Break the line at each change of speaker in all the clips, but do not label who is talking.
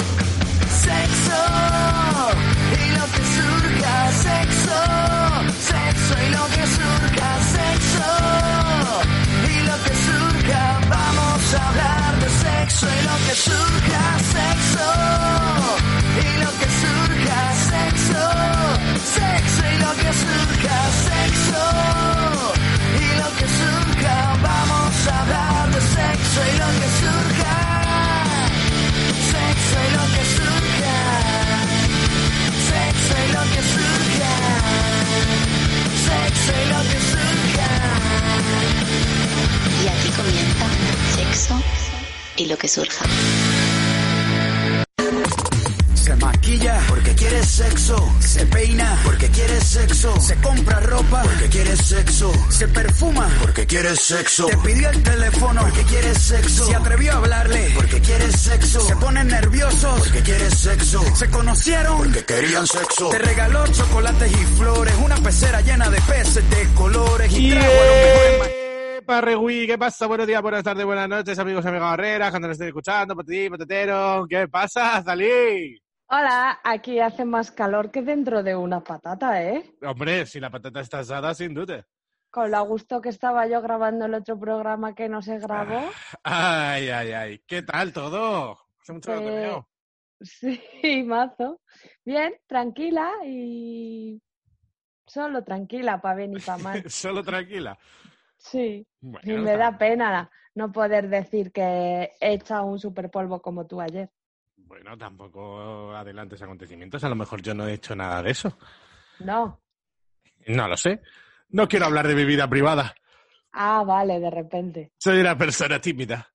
Sexo y lo que surja, sexo, sexo y lo que surja, sexo y lo que surja, vamos a hablar de sexo y lo que surja, sexo y lo que surja, sexo, sexo y lo que surja, sexo y lo que surja, vamos a hablar de sexo y lo que surja. Sexo y lo que surja. Sexo y lo que surja. Sexo y lo que surja.
Y aquí comienza sexo y lo que surja.
Se maquilla porque quiere sexo. Se peina porque quiere sexo. Se compra ropa porque quiere sexo. Se perfuma porque quiere sexo. Te pidió el teléfono porque quiere sexo. Se atrevió a hablarle porque quiere sexo. Se ponen nerviosos porque quiere sexo. Se conocieron porque querían sexo. Te regaló chocolates y flores. Una pecera llena de peces de colores y trago a los mejores ma-
eh, Parregui, ¿qué pasa? Buenos días, buenas tardes, buenas noches, amigos y amigas barreras, cuando nos estén escuchando, patidí, patatero, ¿qué pasa, Zalí?
Hola, aquí hace más calor que dentro de una patata, ¿eh?
Hombre, si la patata está asada, sin duda.
Con lo a gusto que estaba yo grabando el otro programa que no se grabó.
Ah. Ay, ay, ay, ¿qué tal todo? Pues Hace mucho que no te
Eh,
veo.
Sí, mazo. Bien, tranquila y solo tranquila, para bien y para mal.
Solo tranquila.
Sí. Y
Bueno,
me
está-
da pena no poder decir que he echado un superpolvo como tú ayer.
bueno, tampoco adelantes acontecimientos, a lo mejor yo no he hecho nada de eso.
No.
No lo sé. No quiero hablar de mi vida privada.
Ah, vale, de repente.
Soy una persona tímida.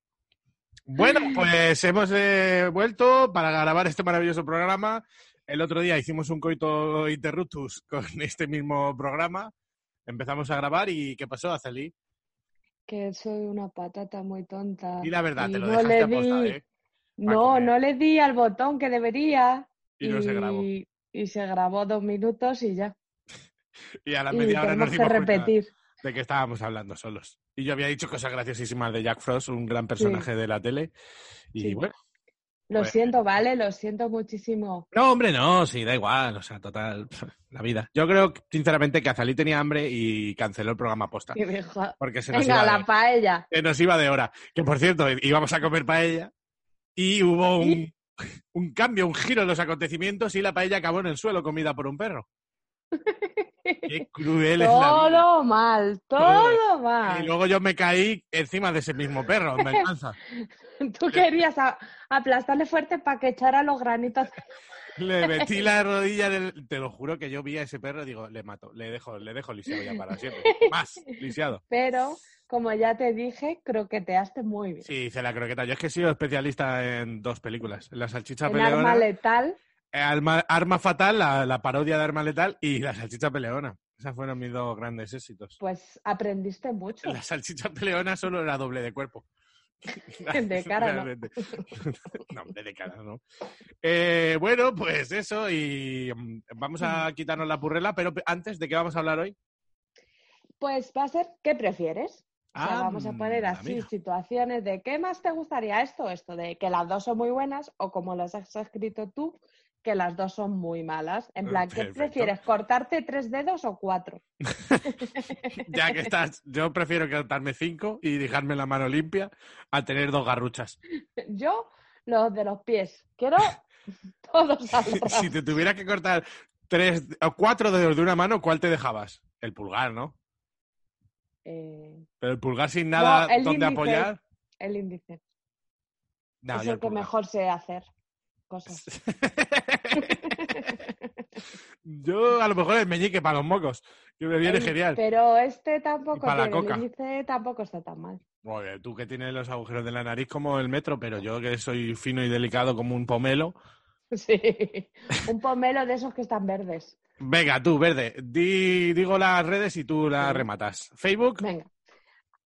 Bueno,
Mm.
pues hemos eh, vuelto para grabar este maravilloso programa. El otro día hicimos un coito interruptus con este mismo programa. Empezamos a grabar y ¿qué pasó, Azalí?
Que soy una patata muy tonta.
Y la verdad,
y
te lo
no
dejaste
le
apostar,
di-
¿eh? para
No,
comer.
no le di al botón que debería.
Y no se grabó.
y se grabó dos minutos y ya.
Y a la
y
media hora nos
tenemos que
dimos cuenta
repetir.
de que estábamos hablando solos. Y yo había dicho cosas graciosísimas de Jack Frost, un gran personaje de la tele. Y
Sí.
bueno.
Lo
Bueno.
siento, ¿vale? Lo siento muchísimo.
No, hombre, no, sí, da igual, o sea, total, la vida. Yo creo, sinceramente, que Azalí tenía hambre y canceló el programa posta.
Y me dijo,
Porque Ah. se nos,
venga,
iba
la
de,
paella.
se nos iba de hora. Que por cierto, íbamos a comer paella y hubo un,
¿Y?
un cambio, un giro en los acontecimientos y la paella acabó en el suelo, comida por un perro. Qué cruel es la vida.
Todo mal, todo mal.
Y luego yo me caí encima de ese mismo perro, en venganza.
Tú querías a- aplastarle fuerte para que echara los granitos.
Le metí la rodilla en el... Te lo juro que yo vi a ese perro y digo, le mato, le dejo, le dejo lisiado ya para siempre. Más, lisiado.
Pero, como ya te dije, croqueteaste muy bien.
Sí, hice la croqueta. Yo es que he sido especialista en dos películas. En la salchicha
en
peleona...
arma letal.
Eh, Alma- Arma Fatal, la, la parodia de Arma Letal y la salchicha peleona. Esas fueron mis dos grandes éxitos.
Pues aprendiste mucho.
La salchicha peleona solo era doble de cuerpo.
De cara, ¿no?
Realmente. No, hombre, de cara, ¿no? Eh, bueno, pues eso, y mm, vamos a quitarnos la burrela, pero pe- antes, ¿de qué vamos a hablar hoy?
Pues va a ser, ¿qué prefieres? O sea, vamos a poner
Anda,
así
Ah, mira.
situaciones de qué más te gustaría esto, esto, de que las dos son muy buenas o como las has escrito tú, que las dos son muy malas. En
Eh,
plan, ¿qué
perfecto.
prefieres? ¿Cortarte tres dedos o cuatro?
Ya que estás, yo prefiero cantarme cinco y dejarme la mano limpia a tener dos garruchas.
Yo, los de los pies. Quiero todos al ras.
si te tuvieras que cortar tres o cuatro dedos de una mano, ¿cuál te dejabas? El pulgar, ¿no?
Eh,
Pero el pulgar sin nada
No, el
donde
índice.
apoyar.
el índice.
No,
es
yo
el que
pulgar.
mejor sé hacer cosas.
yo a lo mejor el meñique para los mocos, que me viene
El-
genial.
Pero este tampoco
para la
tiene el
coca.
índice, tampoco está tan mal.
Muy bien, tú que tienes los agujeros de la nariz como el metro, pero yo que soy fino y delicado como un pomelo.
Sí, un pomelo de esos que están verdes.
Venga, tú, verde, di- digo las redes y tú las rematas. Facebook.
Venga.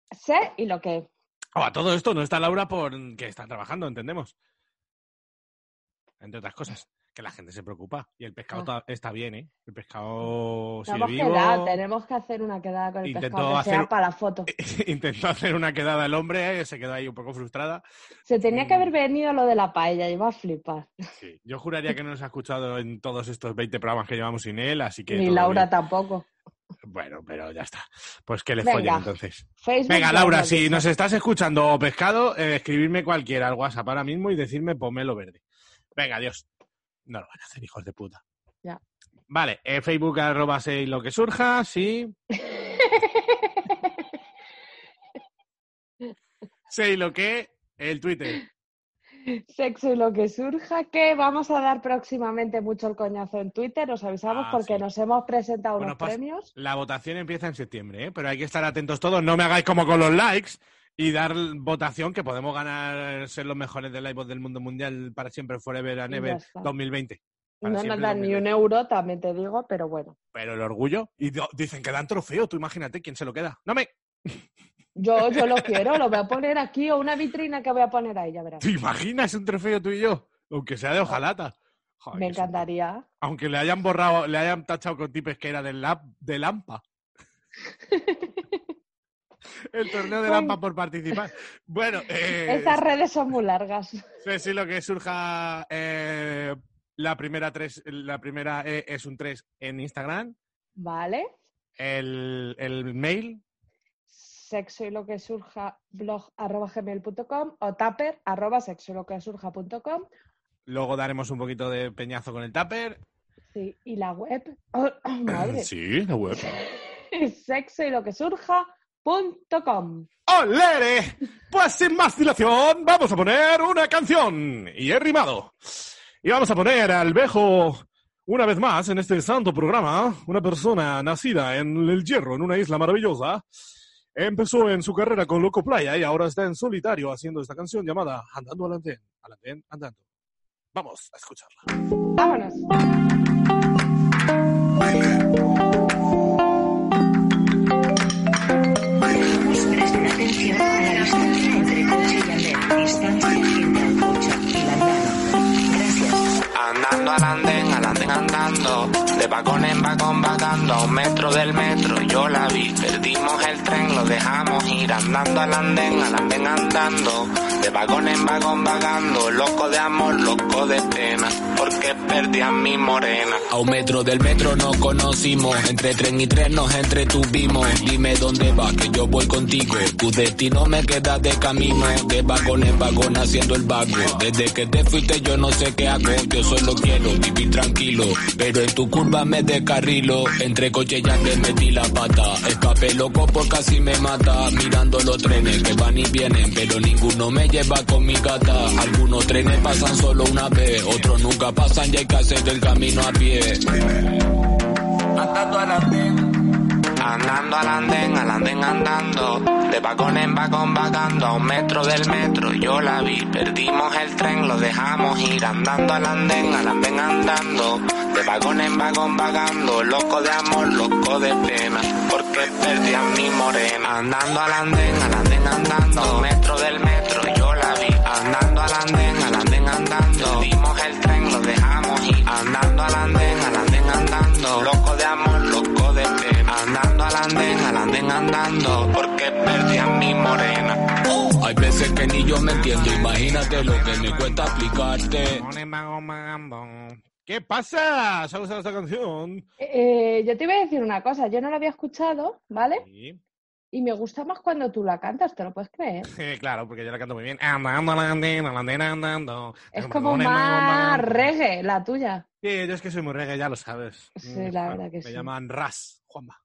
Sé y lo que.
Oh, a todo esto no está Laura porque está trabajando, entendemos. Entre otras cosas, que la gente se preocupa. Y el pescado
Ah. Mm.
ta- está bien, ¿eh? El pescado sigue
Tenemos
vivo.
quedado, tenemos que hacer una quedada con el
Intento
pescado, que sea
hacer- eh,
para la foto.
Intentó hacer una quedada el hombre, eh, se quedó ahí un poco frustrada.
Se tenía
mm.
que haber venido lo de la paella, iba a flipar.
Sí, yo juraría que no nos ha escuchado en todos estos 20 programas que llevamos sin él, así que...
Ni
todo
Laura
bien.
tampoco.
Bueno, pero ya está. Pues que le
Venga.
follen entonces.
Facebook.
Venga,
ya
Laura,
lo
si
dije.
nos estás escuchando o pescado, eh, escribirme cualquiera al WhatsApp ahora mismo y decirme pomelo verde. Venga, adiós. No lo van a hacer, hijos de puta.
Ya.
Vale, eh, Facebook arroba seis lo que surja, sí. Seis lo que, el Twitter.
Sexo y lo que surja, que vamos a dar próximamente mucho el coñazo en Twitter, os avisamos
Ah,
porque
sí.
nos hemos presentado
Bueno, pues,
unos
pas-
premios.
La votación empieza en septiembre, ¿eh? pero hay que estar atentos todos. No me hagáis como con los likes y dar votación que podemos ganar, ser los mejores del live del mundo mundial para siempre, forever and
Y ya
ever
está.
2020. para
No nos
siempre
dan ni
2020.
un euro, también te digo, pero bueno.
Pero el orgullo. Y do- dicen que dan trofeo. Tú imagínate quién se lo queda. ¡No me!
Yo, yo lo quiero, lo voy a poner aquí o una vitrina que voy a poner ahí, ya verás.
¿Te imaginas un trofeo tú y yo? Aunque sea de hojalata. Joder,
Me
eso-
encantaría.
Aunque le hayan borrado, le hayan tachado con tipes que era del lab, de Lampa. El torneo de
Bueno.
Lampa por participar. Bueno, eh,
Estas redes son muy largas.
sí, sí, lo que surja eh, la primera tres, la primera E es un 3 en Instagram.
¿Vale?
El, el mail,
Sexo y lo que surja blog arroba gmail.com o tupper arroba sexo y lo que surja punto com.
luego daremos un poquito de peñazo con el tupper.
Sí, y la web. madre.
Sí, la web.
Sexo y lo que surja punto com.
¡Olere! Pues sin más dilación, vamos a poner una canción. Y he rimado. Y vamos a poner al Bejo, una vez más, en este santo programa, una persona nacida en el Hierro, en una isla maravillosa. Empezó en su carrera con Loco Playa y ahora está en solitario haciendo esta canción llamada Andando al Andén. Al Andén, andando. Vamos a escucharla.
Vámonos.
Presten atención a la distancia entre coche y andén. Distancia entre el coche y el andén. Gracias.
Andando al andén, al andén andando, de vagón en vagón vagando, a un metro del metro, yo la vi, perdimos el tren, lo dejamos ir, andando al andén, al andén andando, de vagón en vagón vagando, loco de amor, loco de pena, porque perdí a mi morena. A un metro del metro nos conocimos, entre tren y tren nos entretuvimos, dime dónde vas, que yo voy contigo, tu destino me queda de camino, de vagón en vagón haciendo el vago, desde que te fuiste yo no sé qué hago, yo solo quiero vivir tranquilo, pero en tu curva me descarrilo, entre coches ya te metí la pata, escapé loco por casi me mata, mirando los trenes que van y vienen, pero ninguno me lleva con mi gata, algunos trenes pasan solo una vez, otros nunca pasan y hay que hacer el camino a pie. Andando al andén. Andando al andén, al andén andando, de vagón en vagón vagando, a un metro del metro yo la vi, perdimos el tren, lo dejamos ir, andando al andén, al andén andando, de vagón en vagón vagando, loco de amor, loco de pena, porque perdí a mi morena, andando al andén, al andén andando, a un metro del metro yo la vi, andando al andén, al andén andando, perdimos el tren, lo dejamos ir, andando al andén, al andén andando, loco de amor, loco de pena, andando al andén, al andén andando, porque perdí a mi morena. Hay veces que ni yo me entiendo, imagínate lo que me cuesta explicarte.
¿Qué pasa? ¿Os ha gustado esta canción?
Eh, yo te iba a decir una cosa, yo no la había escuchado, ¿vale?
Sí.
Y me gusta más cuando tú la cantas, ¿te lo puedes creer?
Eh, claro, porque yo la canto muy bien. Andando, andando, andando, andando.
Es como más reggae la tuya.
Sí, yo es que soy muy reggae, ya lo sabes.
Sí, la
Mm,
verdad que
me
sí.
llaman Ras, Juanma.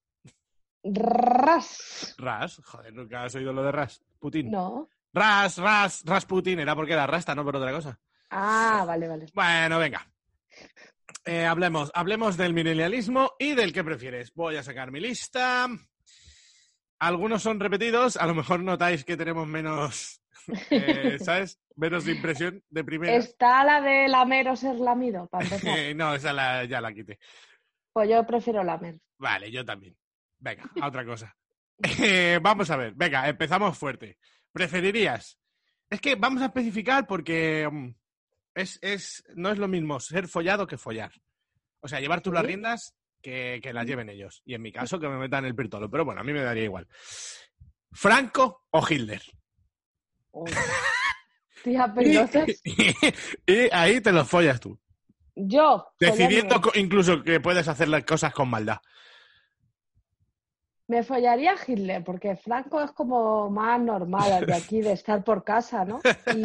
Ras.
Ras, joder, nunca has oído lo de Ras. Putin.
No.
Ras, Ras, Ras Putin. Era porque era rasta, no por otra cosa.
Ah, vale, vale.
Bueno, venga. Eh, hablemos, hablemos del milenialismo y del que prefieres. Voy a sacar mi lista. Algunos son repetidos, a lo mejor notáis que tenemos menos, eh, ¿sabes? Menos de impresión de primera.
Está la de lamer o ser lamido, para empezar.
Eh, no, esa la- ya la quité.
Pues yo prefiero lamer.
Vale, yo también. Venga, a otra cosa. Eh, vamos a ver, venga, empezamos fuerte. ¿Preferirías? Es que vamos a especificar porque mm, es, es, no es lo mismo ser follado que follar. O sea, llevar tú las
¿Sí?
riendas que, que las lleven ellos. Y en mi caso, que me metan el pirtolo. Pero bueno, a mí me daría igual. ¿Franco o Hitler?
Uy. Tía,
Pues
pero entonces,
y ahí te los follas tú.
yo.
Decidiendo
follarme-
co- incluso que puedes hacer las cosas con maldad.
Me follaría a Hitler, porque Franco es como más normal de aquí, de estar por casa, ¿no? Y,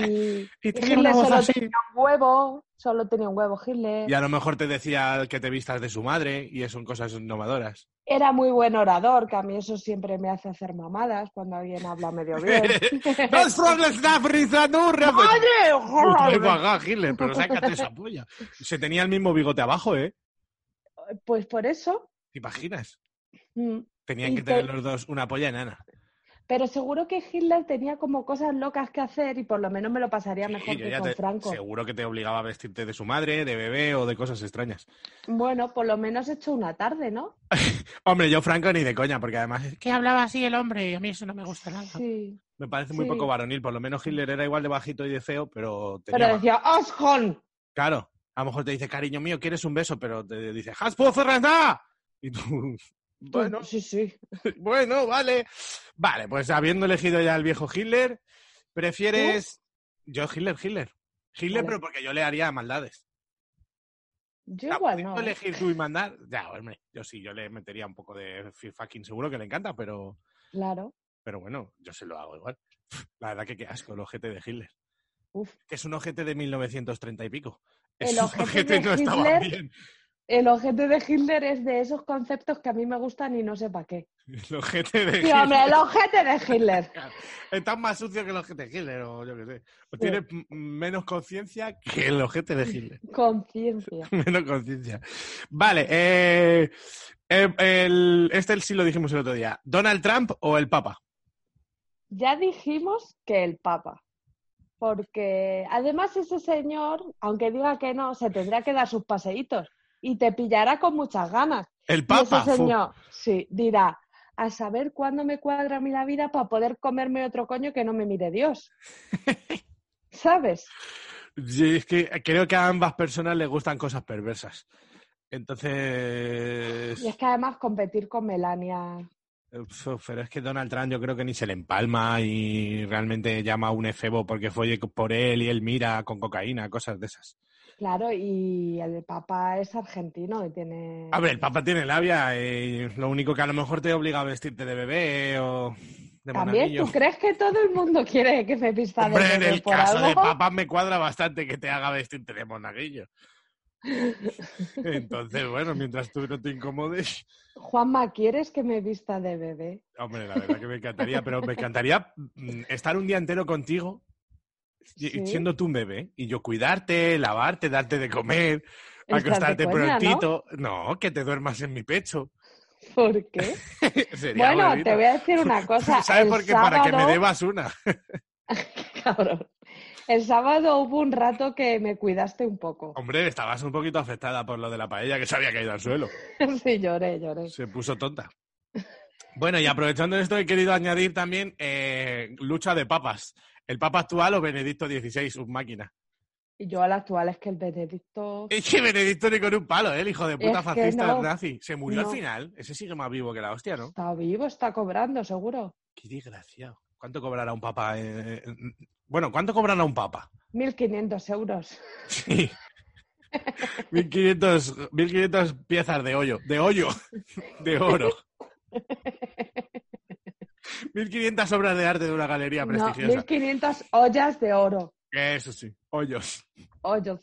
Y
y
tenía una voz
solo
así.
tenía un huevo, solo tenía un huevo Hitler.
Y a lo mejor te decía que te vistas de su madre y son cosas innovadoras.
Era muy buen orador, que a mí eso siempre me hace hacer mamadas cuando alguien habla medio bien.
¡Dos frogs pues, da frisadurra!
¡Madre!
pues, Hitler, pero sácate esa polla. Se tenía el mismo bigote abajo, ¿eh?
Pues por eso.
¿Te imaginas?
mm,
Tenían
Y
que tener
te-
los dos una polla enana.
Pero seguro que Hitler tenía como cosas locas que hacer y por lo menos me lo pasaría mejor
Y yo
que
ya
con
te-
Franco.
Seguro que te obligaba a vestirte de su madre, de bebé o de cosas extrañas.
Bueno, por lo menos he hecho una tarde, ¿no?
Hombre, yo Franco ni de coña, porque además es que hablaba así el hombre y a mí eso no me gusta nada.
Sí.
Me parece muy
Sí.
poco varonil. Por lo menos Hitler era igual de bajito y de feo, pero tenía
Pero
más-
decía, ¡Oshon!
Claro, a lo mejor te dice, cariño mío, ¿quieres un beso? Pero te dice, ¡Haspo Ferranda! Y tú, bueno,
Sí, sí.
bueno, vale. Vale, pues habiendo elegido ya al viejo Hitler, prefieres... Yo Hitler, Hitler. Hitler,
Vale.
pero porque yo le haría maldades.
Yo
Ah,
igual
pudiendo
no. ¿eh?
elegir tú y mandar? Ya, hombre, yo sí, yo le metería un poco de fear fucking seguro que le encanta, pero,
Claro.
pero bueno, yo se lo hago igual. La verdad que qué asco el ojete de Hitler.
Uf.
Que es un ojete de 1930 y pico.
El
Esos
ojete de
ojetes no estaban
Hitler-
bien.
El ojete de Hitler es de esos conceptos que a mí me gustan y no sé para qué.
El ojete de
Sí, hombre,
Hitler.
el ojete de Hitler.
Está más sucio que el ojete de Hitler, o yo qué sé. O tiene m- menos conciencia que el ojete de Hitler.
Conciencia.
menos conciencia. Vale, eh, eh, el- este sí lo dijimos el otro día. ¿Donald Trump o el Papa?
Ya dijimos que el Papa. Porque además ese señor, aunque diga que no, se tendrá que dar sus paseitos y te pillará con muchas ganas.
El
Y
Papa.
ese
fu.
señor, sí, dirá, a saber cuándo me cuadra a mí la vida para poder comerme otro coño que no me mire Dios. ¿Sabes?
Sí, es que creo que a ambas personas les gustan cosas perversas. Entonces,
Y es que además competir con Melania.
uf, pero es que Donald Trump yo creo que ni se le empalma y realmente llama a un efebo porque fue por él y él mira con cocaína, cosas de esas.
Claro, y el Papa es argentino y tiene.
A ver, el Papa tiene labia y lo único que a lo mejor te obliga a vestirte de bebé o de
También,
monaguillo.
¿tú crees que todo el mundo quiere que me pista de
Hombre, en
bebé
el
por
caso
algo?
de Papa me cuadra bastante que te haga vestirte de monaguillo. Entonces, bueno, mientras tú no te incomodes,
Juanma, ¿quieres que me vista de bebé?
hombre, la verdad que me encantaría, pero me encantaría mm, estar un día entero contigo y-
Sí.
siendo tú un bebé y yo cuidarte, lavarte, darte de comer,
Estás de
acostarte
coña, ¿no?
prontito. ¿no? que te duermas en mi pecho.
¿Por qué?
Sería
bueno,
bonito.
te voy a decir una cosa.
¿Sabes
El
por qué? Para que me
sábado-
debas una.
Cabrón. El sábado hubo un rato que me cuidaste un poco.
Hombre, estabas un poquito afectada por lo de la paella que se había caído al suelo.
Sí, lloré, lloré.
Se puso tonta. Bueno, y aprovechando esto, he querido añadir también eh, lucha de papas. El papa actual o Benedicto XVI, un máquina.
Y yo al actual es que el Benedicto...
Es que Benedicto ni con un palo, ¿eh? el hijo de puta
Es que
fascista
no.
nazi. Se murió
No.
al final. Ese sigue más vivo que la hostia, ¿no?
Está vivo, está cobrando, seguro.
Qué desgraciado. ¿Cuánto cobrará un papa? eh, eh, Bueno, ¿cuánto cobrará un papa?
1.500 euros.
Sí. 1500, 1500 piezas de hoyo, de hoyo, de oro. 1500 obras de arte de una galería
No,
prestigiosa.
1.500 ollas de oro.
Eso sí, hoyos.
Hoyos.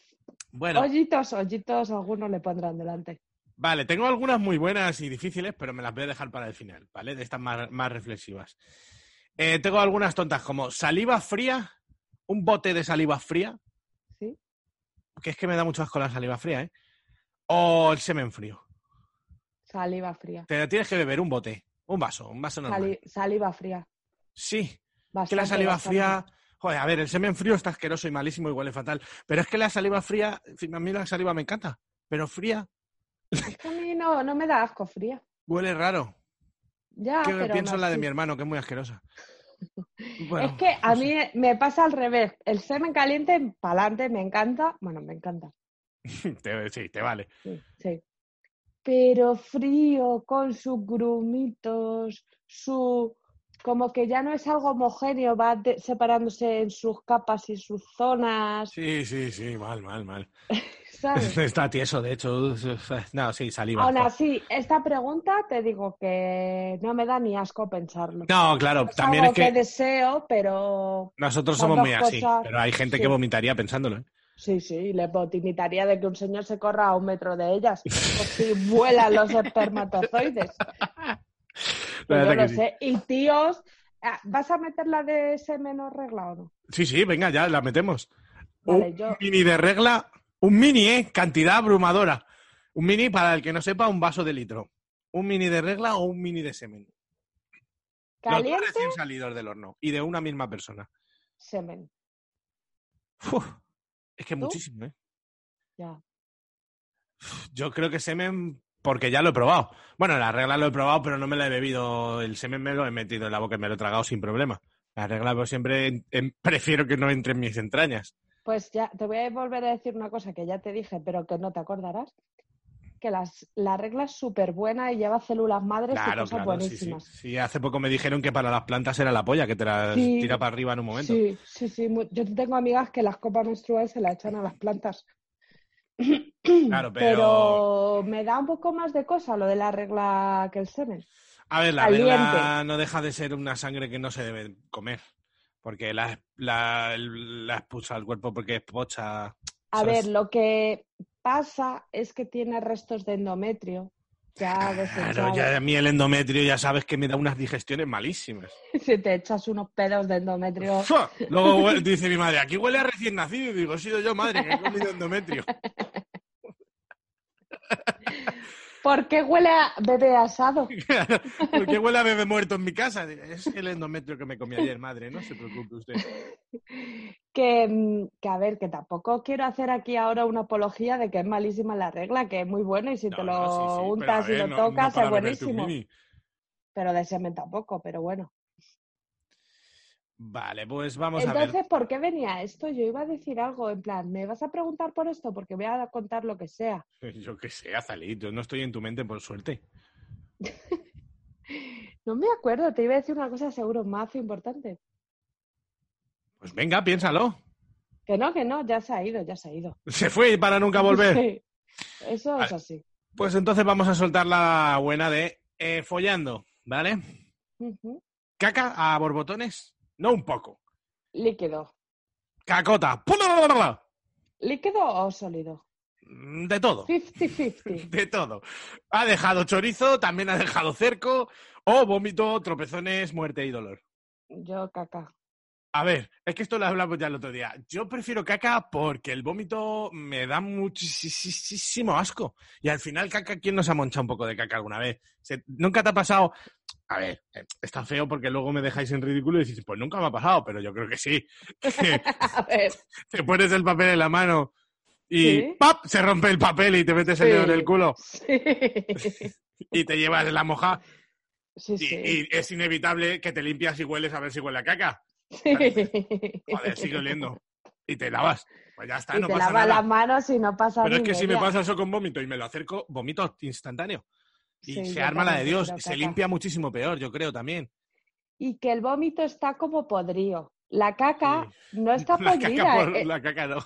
Bueno,
Hoyitos, hoyitos, algunos le pondrán delante.
vale, tengo algunas muy buenas y difíciles, pero me las voy a dejar para el final, ¿vale? De estas más, más reflexivas. Eh, tengo algunas tontas como saliva fría, un bote de saliva fría,
¿Sí?
que es que me da mucho asco la saliva fría, ¿eh? O el semen frío.
Saliva fría.
Te la tienes que beber un bote. Un vaso, un vaso normal.
Sali- saliva fría.
Sí, que
Bastante,
la saliva
bastante.
fría. Joder, a ver, el semen frío está asqueroso y malísimo y huele fatal. Pero es que la saliva fría, en fin, a mí la saliva me encanta. Pero fría
Es que a mí no, no me da asco fría.
huele raro.
Ya,
que
Ah, pero
pienso en
aún
la de
así.
mi hermano, que es muy asquerosa. Bueno,
es que a mí me pasa al revés. El semen caliente, pa'lante, me encanta. Bueno, me encanta.
te- sí, te vale.
Sí, sí. Pero frío, con sus grumitos, su... Como que ya no es algo homogéneo, va de- separándose en sus capas y sus zonas,
Sí, sí, sí, mal, mal, mal.
¿sabes?
Está tieso, de hecho. eh, No, sí, saliva.
Aún así, esta pregunta te digo que no me da ni asco pensarlo.
No, claro,
Es
también es
algo
que
deseo, pero
nosotros
son
somos
dos
muy así,
cosas-
pero hay gente que
sí.
vomitaría pensándolo. ¿eh?
sí, sí, le botinitaría de que un señor se corra a un metro de ellas. Pues sí, vuelan los espermatozoides.
La
Pues Yo
verdad
lo
que sí.
sé. Y tíos, ah, ¿vas a meter la de semen o regla o no?
Sí, sí, venga, ya la metemos.
Vale,
un
yo-
mini de regla, un mini, ¿eh? Cantidad abrumadora. Un mini, para el que no sepa, un vaso de litro. Un mini de regla o un mini de semen. Los dos
Caliente,
recién salidos del horno y de una misma persona.
semen.
Uf, es que
¿Tú?
muchísimo, ¿eh?
Ya.
Yo creo que semen, porque ya lo he probado. Bueno, la regla lo he probado, pero no me la he bebido. El semen me lo he metido en la boca y me lo he tragado sin problema. La regla pues, siempre en- en- prefiero que no entre en mis entrañas.
Pues ya, te voy a volver a decir una cosa que ya te dije, pero que no te acordarás. Que las, la regla es súper buena y lleva células madres y
Claro,
cosas
claro, sí, sí.
buenísimas.
Sí, hace poco me dijeron que para las plantas era la polla, que te las
Sí.
tira para arriba en un momento.
Sí, sí, sí. mu- Yo tengo amigas que las copas menstruales se las echan a las plantas.
Claro,
Pero me da un poco más de cosa lo de la regla que el semen.
A ver, la
Caliente.
regla no deja de ser una sangre que no se debe comer, porque la, la, la expulsa al cuerpo porque es pocha.
A
¿sabes?
ver, lo que pasa es que tiene restos de endometrio. Ya
Claro,
desechados.
ya a mí el endometrio ya sabes que me da unas digestiones malísimas.
Si te echas unos pedos de endometrio.
¡Fua! Luego hue- dice mi madre, aquí huele a recién nacido. Y digo, he sido yo, madre, que he comido endometrio.
¿Por qué huele a bebé asado?
Porque huele a bebé muerto en mi casa. Es el endometrio que me comí ayer, madre, no se preocupe usted.
Que, mm, que, a ver, que tampoco quiero hacer aquí ahora una apología de que es malísima la regla, que es muy bueno y si te
No,
lo
no, sí, sí, pero a
untas
ver,
y lo
no- no
tocas
para
es
beberte un
buenísimo.
mini.
Pero de semen tampoco, pero bueno.
Vale, pues vamos a ver.
Entonces, ¿por qué venía esto? Yo iba a decir algo en plan, ¿me vas a preguntar por esto? Porque voy a contar lo que sea.
Yo qué sé, Azalí, yo no estoy en tu mente por suerte.
No me acuerdo, te iba a decir una cosa seguro más importante.
Pues venga, piénsalo.
Que no, que no, ya se ha ido, ya se ha ido.
Se fue para nunca volver.
Sí. Eso es
Vale.
así.
Pues entonces vamos a soltar la buena de eh, follando, ¿vale?
Ujú.
Caca a borbotones, no un poco.
Líquido.
Cacota, ¡pula!
¿Líquido o sólido?
de todo,
50-50.
de todo. Ha dejado chorizo, también ha dejado cerco, o vómito, tropezones, muerte y dolor.
Yo caca.
A ver, es que esto lo hablamos ya el otro día. Yo prefiero caca porque el vómito me da muchísimo asco. Y al final, caca, ¿quién nos ha monchado un poco de caca alguna vez? Se- nunca te ha pasado. A ver, eh, está feo porque luego me dejáis en ridículo y decís, pues nunca me ha pasado, pero yo creo que sí. Que
A ver,
te pones el papel en la mano y
Sí.
¡pap! se rompe el papel y te metes el dedo en
Sí.
el culo
sí.
y te llevas la moja.
Sí,
Y,
sí.
y es inevitable que te limpias y hueles a ver si huele a caca.
Sí.
Joder, sigue oliendo. Y te lavas. Pues ya está,
Y
no
te
pasa
lava
nada.
las manos y no pasa
Pero es
ni
que si me
media.
pasa eso con vómito y me lo acerco, vómito instantáneo. Y
Sí,
se
yo
arma la de
también
Dios.
prefiero
Se
caca.
limpia muchísimo peor, yo creo también.
Y que el vómito está como podrido. La caca no está
la,
podrida.
caca por-
eh,
la caca no.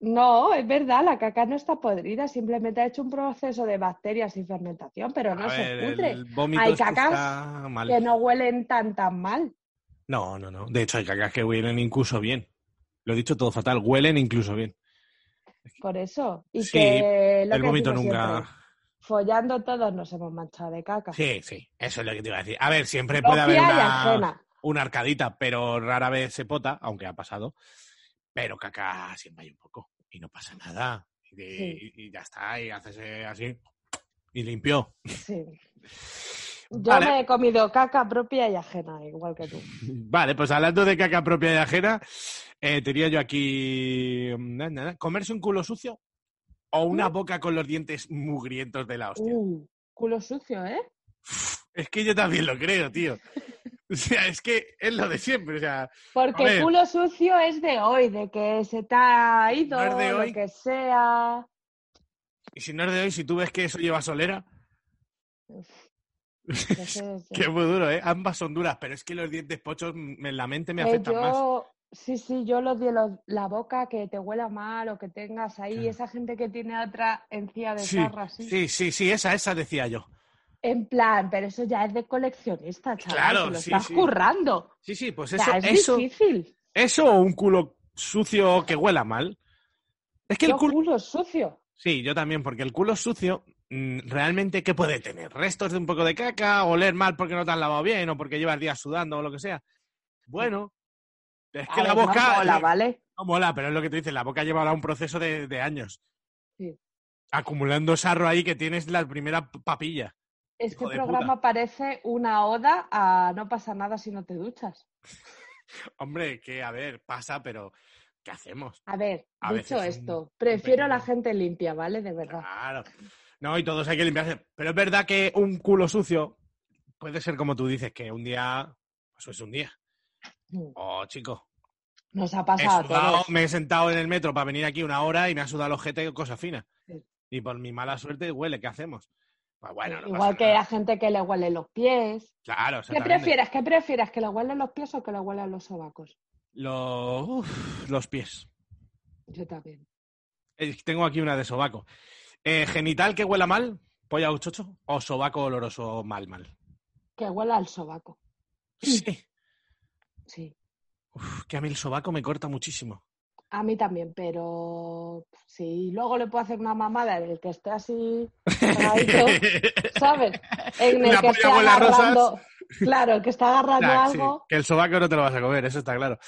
No, es verdad, la caca no está podrida, simplemente ha hecho un proceso de bacterias y fermentación, pero no
A
se
ver,
pudre.
el vómito
Hay
es que
cacas
está mal.
Que no huelen tan tan mal.
No, no, no. De hecho, hay cacas que huelen incluso bien. Lo he dicho todo fatal. Huelen incluso bien.
Por eso. Y
Sí,
que lo
el
que
vómito
decimos
nunca.
siempre, follando todos nos hemos manchado de caca.
Sí, sí. Eso es lo que te iba a decir. A ver, siempre puede
Propia
haber
y
una.
ajena.
una arcadita, pero rara vez se pota, aunque ha pasado. Pero caca siempre hay un poco y no pasa nada. Y, de-
Sí.
y ya está, y haces eh, así y limpió.
Sí. Yo
Vale.
me he comido caca propia y ajena, igual que tú.
Vale, pues hablando de caca propia y ajena, eh, tenía yo aquí. mm, na, na, na, ¿Comerse un culo sucio o una boca con los dientes mugrientos de la hostia?
Mm. Uh, culo sucio, ¿eh?
Es que yo también lo creo, tío. O sea, es que es lo de siempre. O sea, A
Porque
ver.
culo sucio es de hoy, de que se te ha ido,
No es de hoy.
lo que sea.
y si no es de hoy, si tú ves que eso lleva solera,
No sé, sí.
que es muy duro, ¿eh? Ambas son duras, pero es que los dientes pochos me- en la mente me
Que
afectan más.
Eh, yo, sí, sí, yo los de los- la boca que te huela mal o que tengas ahí, esa gente que tiene otra encía de
Sí,
zarra, así.
sí, sí, sí, esa, esa decía yo.
En plan, pero eso ya es de coleccionista, chaval.
Claro,
te lo
sí,
estás
sí.
currando.
Sí, sí, pues
O
eso,
sea, es
eso,
difícil.
eso o un culo sucio que huela mal. Es que el
Yo
culo.
culo sucio.
Sí, yo también, porque el culo sucio, mm, realmente, ¿qué puede tener? ¿Restos de un poco de caca? ¿Oler mal porque no te has lavado bien o porque llevas días sudando o lo que sea? Bueno, es que
A
la
ver,
boca. eh,
No mola, ¿vale?
no mola, pero es lo que tú dices, la boca llevará un proceso de, de años.
Sí.
Acumulando sarro ahí que tienes la primera papilla.
Este
Hijo de
programa parece una oda a no pasa nada si no te duchas.
Hombre, que a ver, pasa, pero ¿qué hacemos?
A ver,
A
dicho
veces un-
esto,
un
prefiero la
pequeño- Ah.
gente limpia, ¿vale? De verdad.
Claro. No, y todos hay que limpiarse. Pero es verdad que un culo sucio puede ser como tú dices, que un día, eso es un día. Oh, chico.
Mm, Nos ha
He
pasado a
sudado,
todos.
me he sentado en el metro para venir aquí una hora y me ha sudado el ojete, cosa fina.
Sí.
Y por mi mala suerte huele, ¿qué hacemos? Pues bueno, no
Igual
pasa
que
nada.
a gente que le huelen los pies.
Claro,
¿Qué
exactamente.
prefieres? ¿Qué prefieres? ¿Que le huelen los pies o que le huelen los sobacos?
Lo- uf, los pies.
Yo también.
Eh, Tengo aquí una de sobaco. Eh, ¿Genital que huela mal? ¿Polla o chocho? ¿O sobaco oloroso mal, mal?
Que huela el sobaco.
Sí.
Sí.
Uf, que a mí el sobaco me corta muchísimo.
A mí también, pero sí. Luego le puedo hacer una mamada en el que esté así, pegadito, ¿sabes? En el
La
que
polla
esté
huele a rosas.
agarrando. Claro, el que está agarrando
Ya, sí,
algo.
que el sobaco no te lo vas a comer, eso está claro.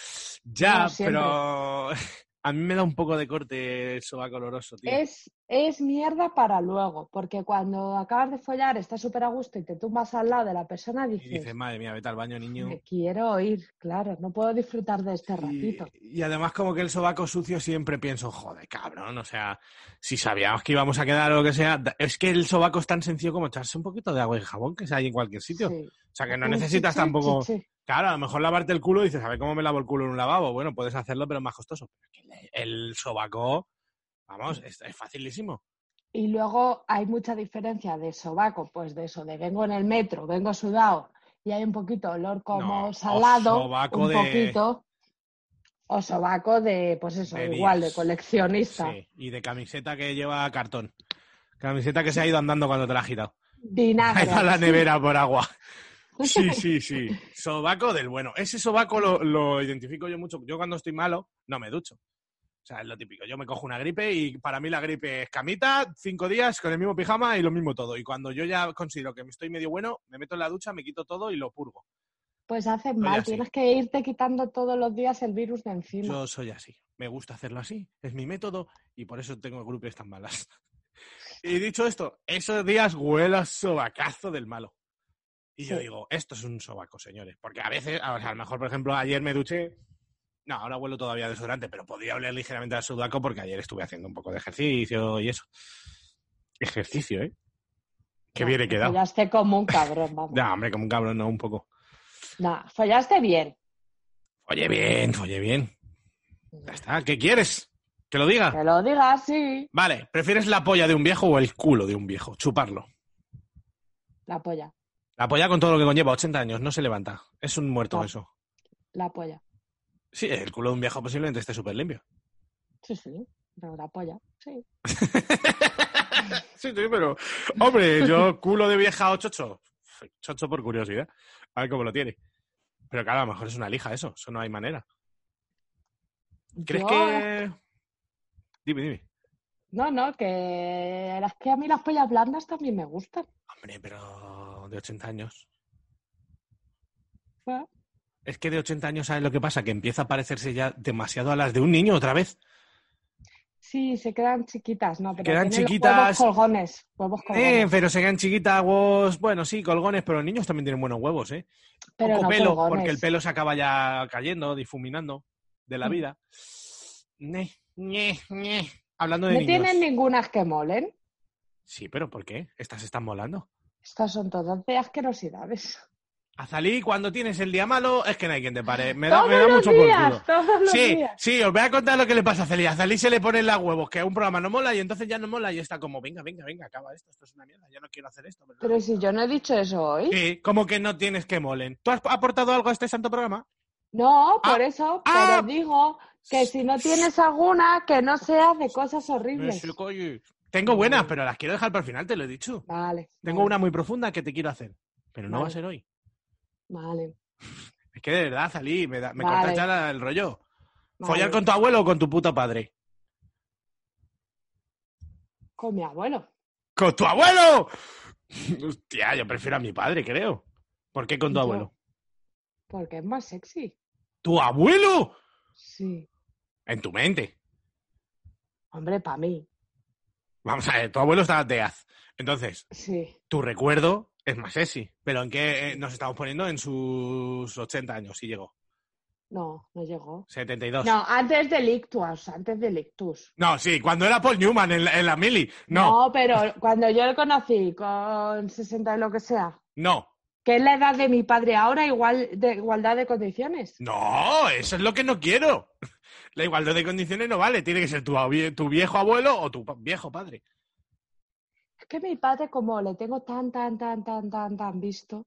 Ya,
No, siempre.
pero a mí me da un poco de corte el sobaco oloroso, tío.
Es, es mierda para luego, porque cuando acabas de follar, estás súper a gusto y te tumbas al lado de la persona,
Y dices,
dices,
madre mía, vete al baño, niño.
me quiero ir, claro, no puedo disfrutar de este
Y,
ratito.
y además como que el sobaco sucio siempre pienso, joder, cabrón, o sea, si sabíamos que íbamos a quedar o lo que sea, da- es que el sobaco es tan sencillo como echarse un poquito de agua y jabón que se hay en cualquier sitio.
Sí.
O sea, que no
Un
necesitas
chichi,
tampoco...
chichi.
Claro, a lo mejor lavarte el culo y dices, a ver cómo me lavo el culo en un lavabo. Bueno, puedes hacerlo, pero es más costoso. El sobaco, vamos, es, es facilísimo.
Y luego hay mucha diferencia de sobaco, pues de eso, de vengo en el metro, vengo sudado y hay un poquito olor como
No, o
salado,
sobaco
un
de-
poquito, o sobaco de, pues eso,
De
igual,
días.
de coleccionista.
Sí, y de camiseta que lleva cartón. Camiseta que se ha ido andando cuando te la has quitado. Ahí
Vinagre.
va la nevera por agua. Sí, sí, sí. Sobaco del bueno. Ese sobaco lo, lo identifico yo mucho. Yo cuando estoy malo no me ducho. O sea, es lo típico. Yo me cojo una gripe y para mí la gripe es camita, cinco días con el mismo pijama y lo mismo todo. Y cuando yo ya considero que me estoy medio bueno, me meto en la ducha, me quito todo y lo purgo.
Pues haces
Soy
mal,
así.
tienes que irte quitando todos los días el virus de encima.
Yo soy así. Me gusta hacerlo así. Es mi método y por eso tengo grupos tan malas. Y dicho esto, esos días huele a sobacazo del malo. Y yo
Sí.
digo, esto es un sobaco, señores. Porque a veces, a o sea, a lo mejor, por ejemplo, ayer me duché. No, ahora huelo todavía a desodorante, pero podía oler ligeramente a sudaco porque ayer estuve haciendo un poco de ejercicio y eso. Ejercicio, ¿eh? Que viene quedado.
Follaste como un cabrón, vamos.
No, hombre, como un cabrón, no, un poco.
Nah, follaste bien.
Oye, bien, oye, bien. Ya está. ¿Qué quieres? Que lo diga.
Que lo digas, sí.
Vale, ¿prefieres la polla de un viejo o el culo de un viejo? Chuparlo.
La polla,
La polla con todo lo que conlleva, 80 años, no se levanta. Es un muerto
No.
eso.
la polla.
Sí, el culo de un viejo posiblemente esté súper limpio.
Sí, sí. No, la polla, sí.
Sí, sí, pero. Hombre, yo culo de vieja o chocho. Chocho por curiosidad. A ver cómo lo tiene. Pero claro, a lo mejor es una lija eso. Eso no hay manera. ¿Crees
Yo-
que.? Dime, dime.
No, no, que las que a mí las pollas blandas también me gustan.
Hombre, pero. De 80 años.
Bueno,
Es que de 80 años, ¿sabes lo que pasa? Que empieza a parecerse ya demasiado a las de un niño otra vez.
Sí, se quedan chiquitas, ¿no? Pero
quedan
tienen los
chiquitas.
Huevos colgones. Huevos
Eh,
colgones.
pero se quedan chiquitas, huevos, bueno, sí, colgones, pero los niños también tienen buenos huevos, ¿eh?
pero
Poco
no
pelo,
colgones.
porque el pelo se acaba ya cayendo, difuminando de
Mm.
la vida. Ne, ne, ne. Hablando de
No
niños.
tienen ninguna que molen.
Sí, pero ¿por qué? Estas están molando.
Estas son todas de asquerosidades.
Azalí, cuando tienes el día malo, es que no hay quien te pare. Me da,
Todos
me da
los
mucho por culo.
días, todos los
Sí,
días.
sí, os voy a contar lo que le pasa a Celí. A Celí se le ponen las huevos, que un programa no mola y entonces ya no mola y está como, venga, venga, venga, acaba esto, esto es una mierda, ya no quiero hacer esto. ¿verdad?
Pero si yo no he dicho eso hoy.
Sí, como que no tienes que molen. ¿Tú has aportado algo a este santo programa?
No,
Ah,
por eso,
ah.
pero digo que si no tienes alguna, que no sea de cosas horribles.
Tengo buenas, pero las quiero dejar para el final, te lo he dicho.
Vale.
Tengo
vale,
una muy profunda que te quiero hacer, pero no
Vale.
va a ser hoy.
Vale.
Es que de verdad, Celí, me, da, me
Vale.
corta ya la- el rollo. ¿Follar
vale.
con tu abuelo o con tu puto padre?
Con mi abuelo.
¡Con tu abuelo! Hostia, yo prefiero a mi padre, creo. ¿Por qué con tu
Yo-
abuelo?
Porque es más sexy.
¡Tu abuelo!
Sí.
En tu mente.
Hombre, para mí.
Vamos a ver, tu abuelo estaba de haz. Entonces,
Sí.
tu recuerdo es más sexy. Pero ¿en qué eh, nos estamos poniendo? En sus 80 años, si llegó.
No, no llegó.
72.
No, antes del ictus, antes del ictus.
No, sí, cuando era Paul Newman en la, en la mili. No,
No, pero cuando yo lo conocí con 60 y lo que sea,
no,
que es la edad de mi padre ahora, igual de igualdad de condiciones.
no, eso es lo que no quiero. La igualdad de condiciones no vale. Tiene que ser tu, abie- tu viejo abuelo o tu pa- viejo padre.
Es que mi padre, como le tengo tan, tan, tan, tan, tan, tan visto,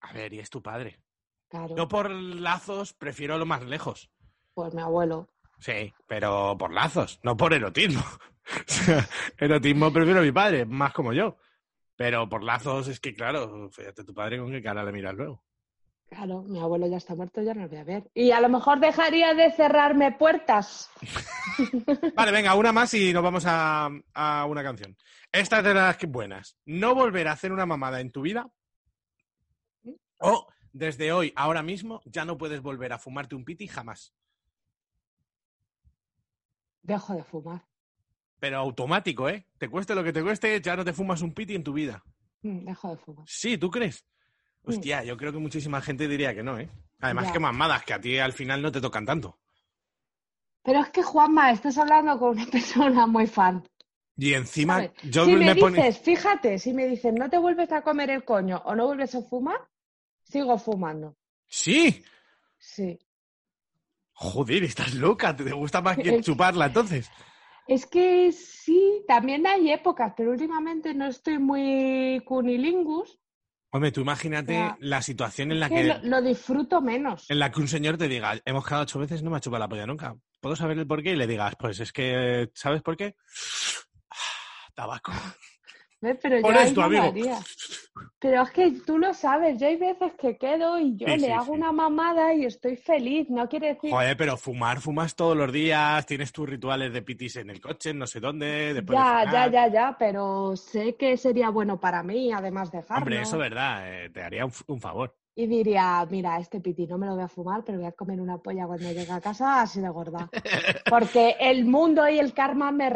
A ver, y es tu padre.
claro,
Yo por lazos prefiero lo más lejos.
pues mi abuelo.
Sí, pero por lazos, no por erotismo. O sea, erotismo prefiero a mi padre, más como yo. Pero por lazos es que, claro, fíjate tu padre con qué cara le miras luego.
Claro, mi abuelo ya está muerto, ya no lo voy a ver. Y a lo mejor dejaría de cerrarme puertas.
Vale, venga, una más y nos vamos a, a una canción. Estas de las que- buenas. No volver a hacer una mamada en tu vida. O desde hoy, ahora mismo, ya no puedes volver a fumarte un piti jamás.
Dejo de fumar.
Pero automático, ¿eh? Te cueste lo que te cueste, ya no te fumas un piti en tu vida.
Mm, Dejo de fumar.
Sí, ¿tú crees?
Mm.
Hostia, yo creo que muchísima gente diría que no, ¿eh? Además,
Ya.
qué mamadas, que a ti al final no te tocan tanto.
Pero es que, Juanma, estás hablando con una persona muy fan.
Y encima,
¿sabes?
yo
si me,
me
dices,
pone-
fíjate, si me dices no te vuelves a comer el coño o no vuelves a fumar, sigo fumando.
Sí,
Sí.
joder, estás loca, te gusta más que
Es-
chuparla entonces.
Es que sí, también hay épocas, pero últimamente no estoy muy cunilingus,
Hombre, tú imagínate
Ya.
la situación en la
que
que,
lo, lo disfruto menos.
en la que un señor te diga, hemos quedado ocho veces, no me ha chupado la polla nunca. ¿Puedo saber el por qué? Y le digas, pues es que, ¿sabes por qué? Ah, Tabaco.
¿Ves? ¿eh? Pero
Por
yo ahí
esto,
no lo
amigo.
haría. Pero es que tú lo sabes, yo hay veces que quedo y yo
Sí,
le
sí,
hago
sí.
una mamada y estoy feliz, no quiere decir...
Joder, pero fumar, fumas todos los días, tienes tus rituales de pitis en el coche, en no sé dónde, después de
ya, ya,
cenar.
ya, ya, pero sé que sería bueno para mí, además dejarlo.
Hombre, eso es verdad, eh, te haría un, f- un favor.
Y diría, mira, este piti no me lo voy a fumar, pero voy a comer una polla cuando llegue a casa así de gorda. Porque el mundo y el karma me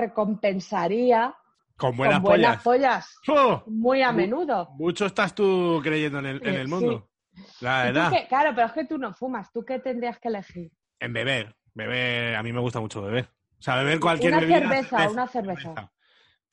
recompensaría
Con buenas,
con buenas
pollas.
pollas.
¡Oh!
Muy a
Mu-
menudo.
Mucho estás tú creyendo en el, en
Eh,
el
sí.
mundo. La
¿Y tú
verdad,
qué? Claro, pero es que tú no fumas. ¿Tú qué tendrías que elegir?
en beber. Beber, a mí me gusta mucho beber. O sea, beber cualquier
Una
bebida.
cerveza, una cerveza.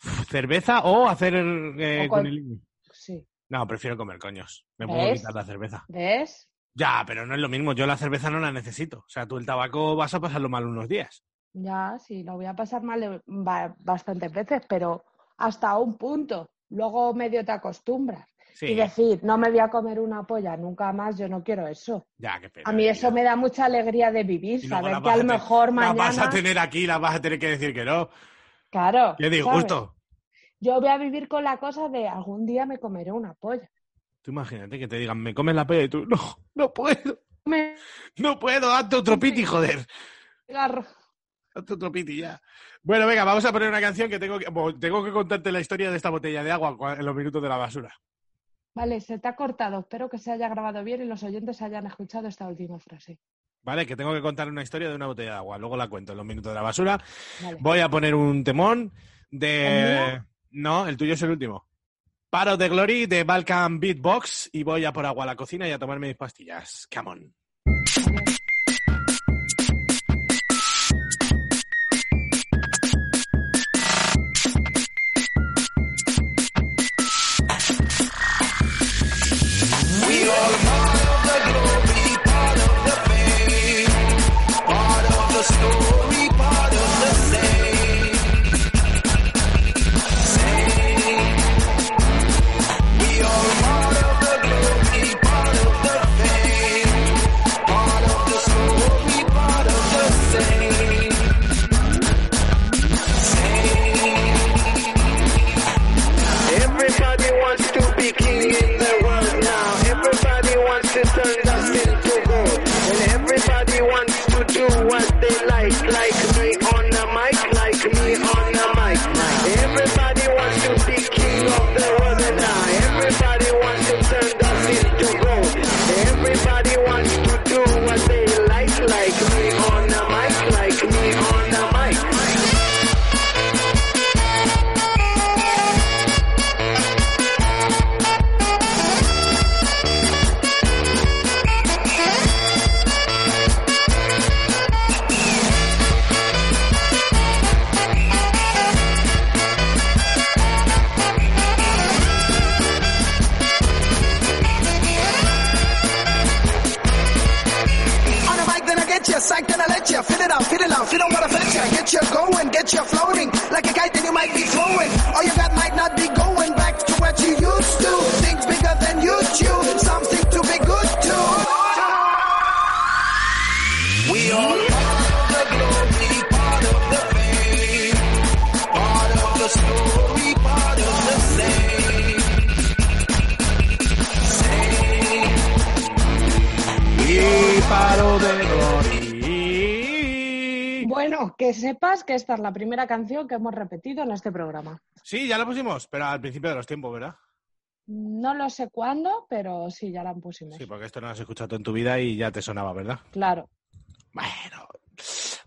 Uf, Cerveza o hacer eh,
O cual-
cunilingüe.
Sí.
No, prefiero comer coños. Me puedo
¿Ves?
quitar la cerveza.
¿Ves?
Ya, pero no es lo mismo. Yo la cerveza no la necesito. O sea, tú el tabaco vas a pasarlo mal unos días.
Ya, sí, lo voy a pasar mal eh, ba- bastantes veces, pero hasta un punto. Luego medio te acostumbras.
Sí,
Y decir, no me voy a comer una polla nunca más, yo no quiero eso.
ya, qué pena.
A mí eso me da mucha alegría de vivir,
Y luego
saber
la
que
vas
a
a
lo
tener-
mejor
La vas a
mañana.
tener aquí, la vas a tener que decir que no.
Claro.
Qué
¿sabes?
disgusto.
Yo voy a vivir con la cosa de algún día me comeré una polla.
Tú imagínate que te digan, me comes la polla y tú, no, no puedo,
Me
no puedo, hazte otro piti, joder.
agarro.
Hazte otro piti ya. Bueno, venga, vamos a poner una canción que tengo que, bo- tengo que contarte la historia de esta botella de agua cua- en los minutos de la basura.
Vale, se te ha cortado. Espero que se haya grabado bien y los oyentes hayan escuchado esta última frase.
¿Vale? Que tengo que contar una historia de una botella de agua. Luego la cuento en los minutos de la basura. Voy a poner un temón
¿El
de. No, el tuyo es el último. Paro de Glory de Balkan Beatbox y voy a por agua a la cocina y a tomarme mis pastillas. Come on.
Everybody wants to be king in the world now. Everybody wants to turn nothing to gold. And everybody wants to do what they like. Like me on the mic, like me on the mic. Everybody wants to be king of the world now. Everybody wants to turn nothing to gold. Everybody wants to do what they like. Like me on the mic, like me on the mic.
On the mic, then I get you, psych, then I let you, fit it out, fit it out, you don't wanna fetch ya, get you going, get you floating, like a kite, then you might be flowing, all you got might not be going back to what you used to, things bigger than you chew, something to be good to. We all
Y paro de Glory.
Bueno, que sepas que esta es la primera canción que hemos repetido en este programa.
Sí, ya la pusimos, pero al principio de los tiempos, ¿verdad?
No lo sé cuándo, pero sí, ya la pusimos.
Sí, porque esto no lo has escuchado en tu vida y ya te sonaba, ¿verdad?
Claro.
Bueno,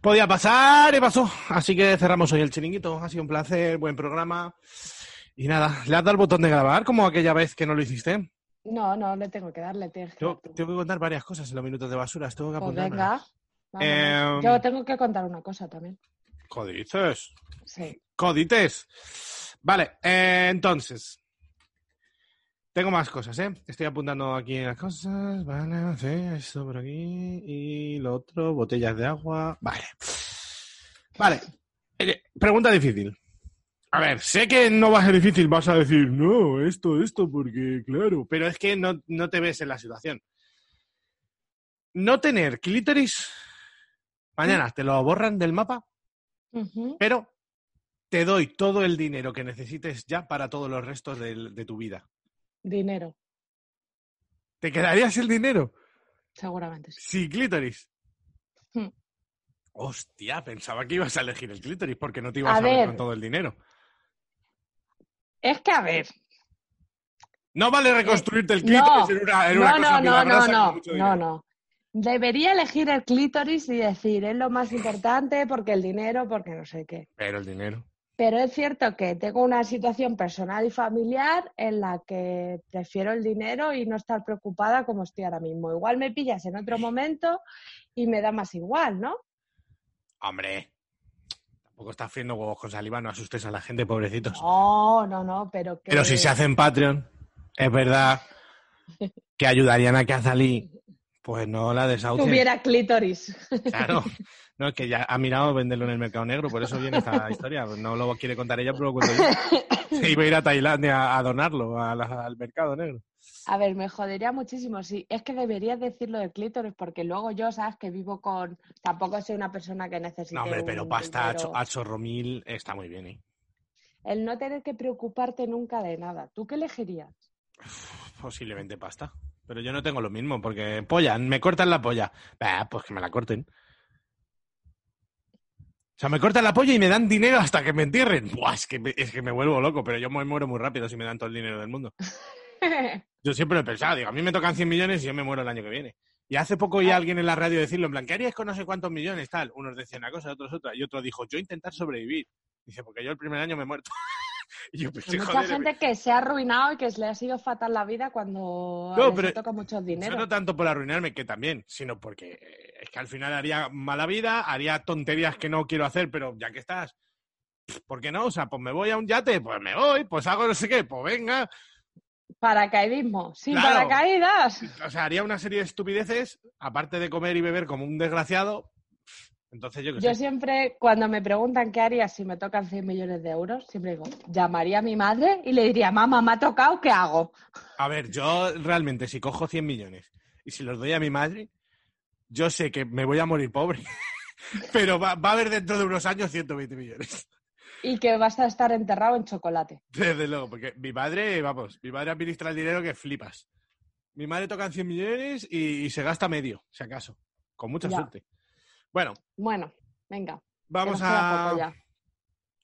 podía pasar y pasó. Así que cerramos hoy el chiringuito. Ha sido un placer, buen programa. Y nada, ¿le has dado el botón de grabar como aquella vez que no lo hiciste?
No, no, le tengo que darle tengo que
Yo
dar tú.
tengo que contar varias cosas en los minutos de basuras. Tengo que
Pues
apuntarme.
venga. vámonos.
Em,
Yo tengo que contar una cosa también.
Codices.
Sí.
Codites. Vale, eh, entonces. Tengo más cosas, ¿eh? Estoy apuntando aquí las cosas. Vale, sí, esto por aquí. Y lo otro, botellas de agua. Vale. Vale. Eh, Pregunta difícil. A ver, sé que no va a ser difícil, vas a decir, no, esto, esto, porque claro. Pero es que no, no te ves en la situación. No tener clítoris. Mañana te lo borran del mapa
Ujú.
pero te doy todo el dinero que necesites ya para todos los restos del- de, tu vida.
Dinero,
¿Te quedarías el dinero?
seguramente sí.
Sin clítoris.
Hmm.
Hostia, pensaba que ibas a elegir el clítoris porque no te ibas a,
A
ver
ver.
con todo el dinero.
Es que a ver.
No vale reconstruirte el
Eh, No,
clítoris en una, en una
no,
cosa
no, no, no,
milagrosa con
no,
mucho dinero.
no, no. Debería elegir el clítoris y decir, es lo más importante porque el dinero, porque no sé qué.
Pero el dinero.
Pero es cierto que tengo una situación personal y familiar en la que prefiero el dinero y no estar preocupada como estoy ahora mismo. Igual me pillas en otro momento y me da más igual, ¿no?
Hombre. Tampoco estás friendo huevos con saliva, no asustes a la gente, pobrecitos.
No, no, no, pero que...
Pero si se hacen Patreon, es verdad que ayudarían a que Azalí, pues no la desahucien.
Tuviera clítoris.
Claro. No, es que ya ha mirado venderlo en el mercado negro, por eso viene esta historia. Pues No lo quiere contar ella, pero lo cuento yo. Se iba a ir a Tailandia a donarlo a la- al mercado negro.
A ver, me jodería muchísimo. Sí, es que deberías decirlo del clítoris, porque luego yo, sabes, que vivo con. Tampoco soy una persona que necesite.
No, hombre, pero
un
pasta a,
dinero.
cho- a chorro mil está muy bien, ¿eh?
El no tener que preocuparte nunca de nada. ¿Tú qué elegirías?
Posiblemente pasta. Pero yo no tengo lo mismo, porque polla, me cortan la polla. Bah, pues que me la corten. O sea, me cortan la polla y me dan dinero hasta que me entierren. Buah, es que me, es que me vuelvo loco, pero yo me muero muy rápido si me dan todo el dinero del mundo. Yo siempre lo he pensado, digo, a mí me tocan 100 millones y yo me muero el año que viene. Y hace poco
Ah.
oí a alguien en la radio decirlo, en plan, ¿qué harías con no sé cuántos millones? Tal. Unos decían una cosa, otros otra. Y otro dijo, yo intentar sobrevivir. Dice, porque yo el primer año me he muerto. y yo "Pues, pensé,
Hay mucha
joder,
gente que se ha arruinado y que le ha sido fatal la vida cuando
No,
les
pero-
toca mucho
Yo
dinero.
no tanto por arruinarme, que también, sino porque eh, es que al final haría mala vida, haría tonterías que no quiero hacer, pero ya que estás, pff, ¿por qué no? O sea, pues me voy a un yate, pues me voy, pues hago no sé qué, pues venga.
Paracaidismo, sin
Claro.
paracaídas.
O sea, haría una serie de estupideces, aparte de comer y beber como un desgraciado. pff, Entonces yo qué
Yo
sé.
siempre, cuando me preguntan qué haría si me tocan 100 millones de euros, siempre digo, llamaría a mi madre y le diría, mamá, me ha tocado, ¿qué hago?
A ver, yo realmente si cojo 100 millones y si los doy a mi madre, yo sé que me voy a morir pobre. Pero va, va a haber dentro de unos años 120 millones.
Y que vas a estar enterrado en chocolate.
Desde luego, porque mi padre, vamos, mi padre administra el dinero que flipas. Mi madre toca en 100 millones y, y se gasta medio, si acaso. Con mucha
Ya.
suerte. Bueno,
Bueno, venga. que
vamos
nos queda
a.
poco ya.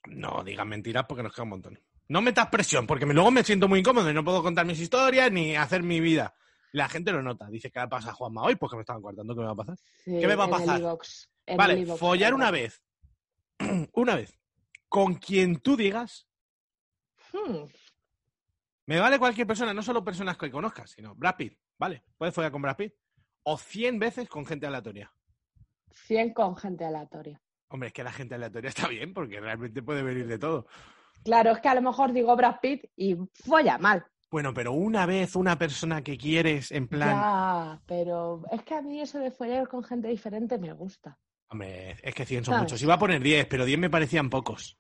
No digas mentiras porque nos queda un montón. No metas presión, porque me- luego me siento muy incómodo y no puedo contar mis historias ni hacer mi vida. La gente lo nota. Dice, ¿qué le pasa a Juanma hoy? Porque me estaban cortando, ¿qué me va a pasar?
Sí,
¿Qué me va a
en el
pasar?
iVoox, en el
Vale,
iVoox,
follar
venga.
una vez. una vez. Con quien tú digas,
Hmm,
me vale cualquier persona, no solo personas que conozcas, sino Brad Pitt, ¿vale? Puedes follar con Brad Pitt. O 100 veces con gente aleatoria.
100 con gente aleatoria.
Hombre, es que la gente aleatoria está bien porque realmente puede venir de todo.
Claro, es que a lo mejor digo Brad Pitt y folla mal.
Bueno, pero una vez una persona que quieres, en plan...
Ya, pero es que a mí eso de follar con gente diferente me gusta.
Hombre, es que 100 son
¿Sabes?
muchos. Iba a poner 10, pero 10 me parecían pocos.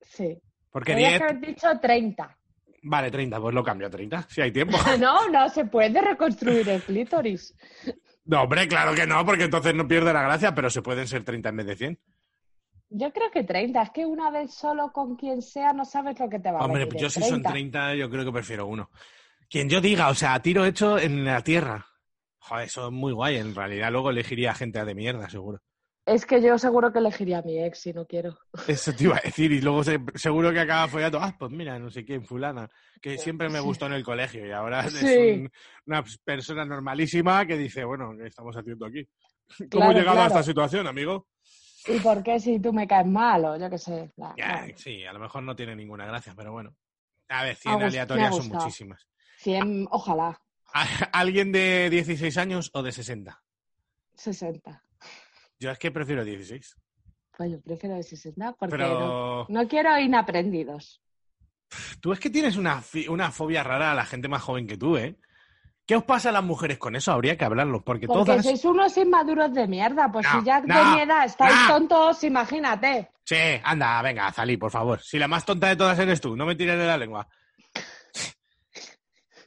Sí.
Porque
Tenías
10...
que haber dicho 30.
Vale, 30, pues lo cambio a 30, si hay tiempo.
No, no se puede reconstruir el clítoris.
No, hombre, claro que no, porque entonces no pierde la gracia, pero se pueden ser 30 en vez de 100.
Yo creo que 30. Es que una vez solo con quien sea no sabes lo que te va a
Hombre,
venir.
yo
en
si son 30, yo creo que prefiero uno. Quien yo diga, o sea, a tiro hecho en la tierra. Joder, eso es muy guay. En realidad luego elegiría gente de mierda, seguro.
Es que yo seguro que elegiría a mi ex si no quiero.
Eso te iba a decir. Y luego se- seguro que acaba follando. Ah, pues mira, no sé quién, fulana. Que siempre me
Sí.
gustó en el colegio. Y ahora
Sí.
es un- una persona normalísima que dice, bueno, ¿qué estamos haciendo aquí? ¿Cómo
Claro,
he llegado a
claro.
esta situación, amigo?
¿Y por qué si tú me caes mal o yo qué sé? La-
Ya,
la-
sí, a lo mejor no tiene ninguna gracia, pero bueno. A ver, 100
gust- me ha
aleatorias son
gustado.
muchísimas.
100, ojalá,
¿Alguien de 16 años o de 60?
60.
Yo es que prefiero 16.
Pues yo prefiero de 60 porque no,
Pero
no quiero inaprendidos.
tú es que tienes una, fi- una fobia rara a la gente más joven que tú, ¿eh? ¿Qué os pasa a las mujeres con eso? Habría que hablarlo, porque,
Porque
todas...
sois unos inmaduros de mierda. Pues
No,
si ya
no,
de mi edad estáis
no.
tontos, imagínate.
Sí, anda, venga, Zalí, por favor. Si la más tonta de todas eres tú, no me tires de la lengua.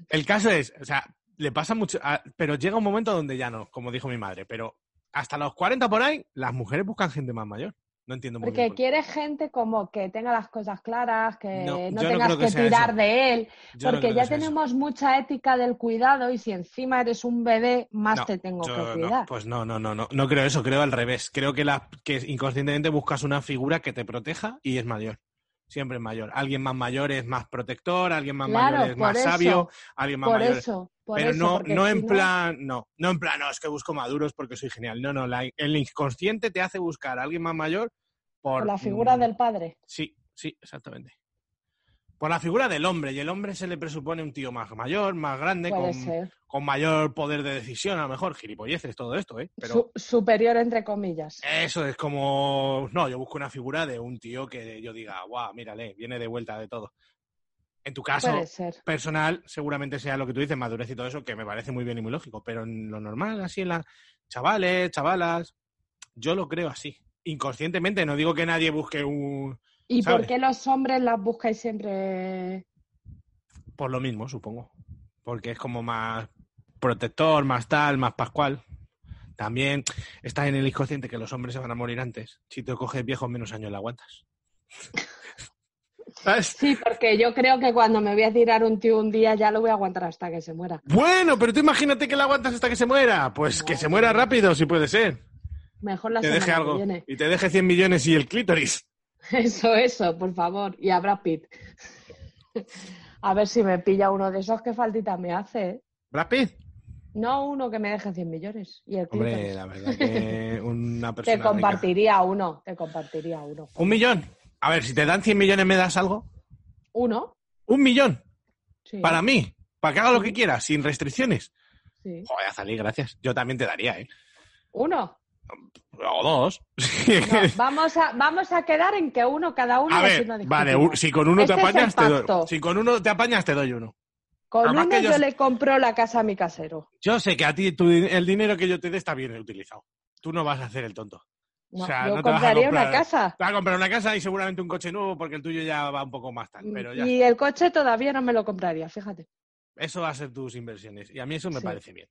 El caso es, o sea, le pasa mucho, a- pero llega un momento donde ya no, como dijo mi madre, pero hasta los 40 por ahí, las mujeres buscan gente más mayor. No entiendo muy bien
Porque
por qué.
quieres gente como que tenga las cosas claras, que
No,
no,
yo no
tengas
creo que
que,
sea
tirar
eso.
de él.
Yo no
porque
creo que
ya
sea eso.
tenemos mucha ética del cuidado y si encima eres un bebé, más
No,
te tengo
yo
que
no,
cuidar.
pues no, no, no, no, no creo eso, creo al revés. Creo que, la, que inconscientemente buscas una figura que te proteja y es mayor. Siempre es mayor. Alguien más mayor es más protector, alguien más
Claro,
mayor es
por
más
eso,
sabio, alguien más
por
mayor.
eso, por
pero
eso.
no,
porque
no
si
en plan, no, no en plan, no, es que busco maduros porque soy genial. No, no, la- el inconsciente te hace buscar a alguien más mayor por,
Por la figura
mm,
del padre.
Sí, sí, exactamente. Por la figura del hombre, y el hombre se le presupone un tío más mayor, más grande,
Puede
con,
ser.
con mayor poder de decisión, a lo mejor, gilipolleces, todo esto, ¿eh? Pero
Su- superior, entre comillas.
eso es como, no, yo busco una figura de un tío que yo diga, guau, mírale, viene de vuelta de todo. En tu caso,
Puede ser.
personal, seguramente sea lo que tú dices, madurez y todo eso, que me parece muy bien y muy lógico, pero en lo normal, así en la... Chavales, chavalas, yo lo creo así. Inconscientemente, no digo que nadie busque un...
¿Y
¿sabes?
por qué los hombres las buscáis siempre?
Por lo mismo, supongo. Porque es como más protector, más tal, más pascual. También está en el inconsciente que los hombres se van a morir antes. Si te coges viejos, menos años la aguantas. ¿Sabes?
Sí, porque yo creo que cuando me voy a tirar un tío un día ya lo voy a aguantar hasta que se muera.
Bueno, pero tú imagínate que la aguantas hasta que se muera. Pues que se muera rápido, si puede ser.
Mejor la
Te
semana
deje
que
algo.
viene.
Y te deje 100 millones y el clítoris.
Eso, eso, por favor. Y a Brad Pitt. A ver si me pilla uno de esos, qué faltita me hace. ¿eh?
¿Brad Pitt?
No uno que me deje 100 millones. Y el
Hombre,
clítoris.
la verdad que una persona.
Te
rica.
compartiría uno, te compartiría uno.
Un millón. A ver, si te dan 100 millones, ¿me das algo?
¿Uno?
Un millón.
Sí.
Para mí. Para que haga lo que quiera, sin restricciones.
sí.
Joder, Azalí, gracias. Yo también te daría, ¿eh?
¿Uno?
O dos.
No, vamos, a, vamos a quedar en que uno cada uno.
a
y así no
ver, vale,
discutimos.
un- si con uno
Este
te
es el
apañas, te doy.
pacto.
Si con uno te apañas, te doy uno.
Con
además
uno
que yo-
yo le compro la casa a mi casero.
Yo sé que a ti tu- el dinero que yo te dé está bien utilizado. Tú no vas a hacer el tonto.
No,
O sea,
yo
no te vas a
compraría
comprar-
una casa.
Te vas a comprar una casa y seguramente un coche nuevo porque el tuyo ya va un poco más
Mm,
tal. Pero ya,
Y el coche todavía no me lo compraría, fíjate.
eso va a ser tus inversiones. Y a mí eso me
Sí.
parece bien.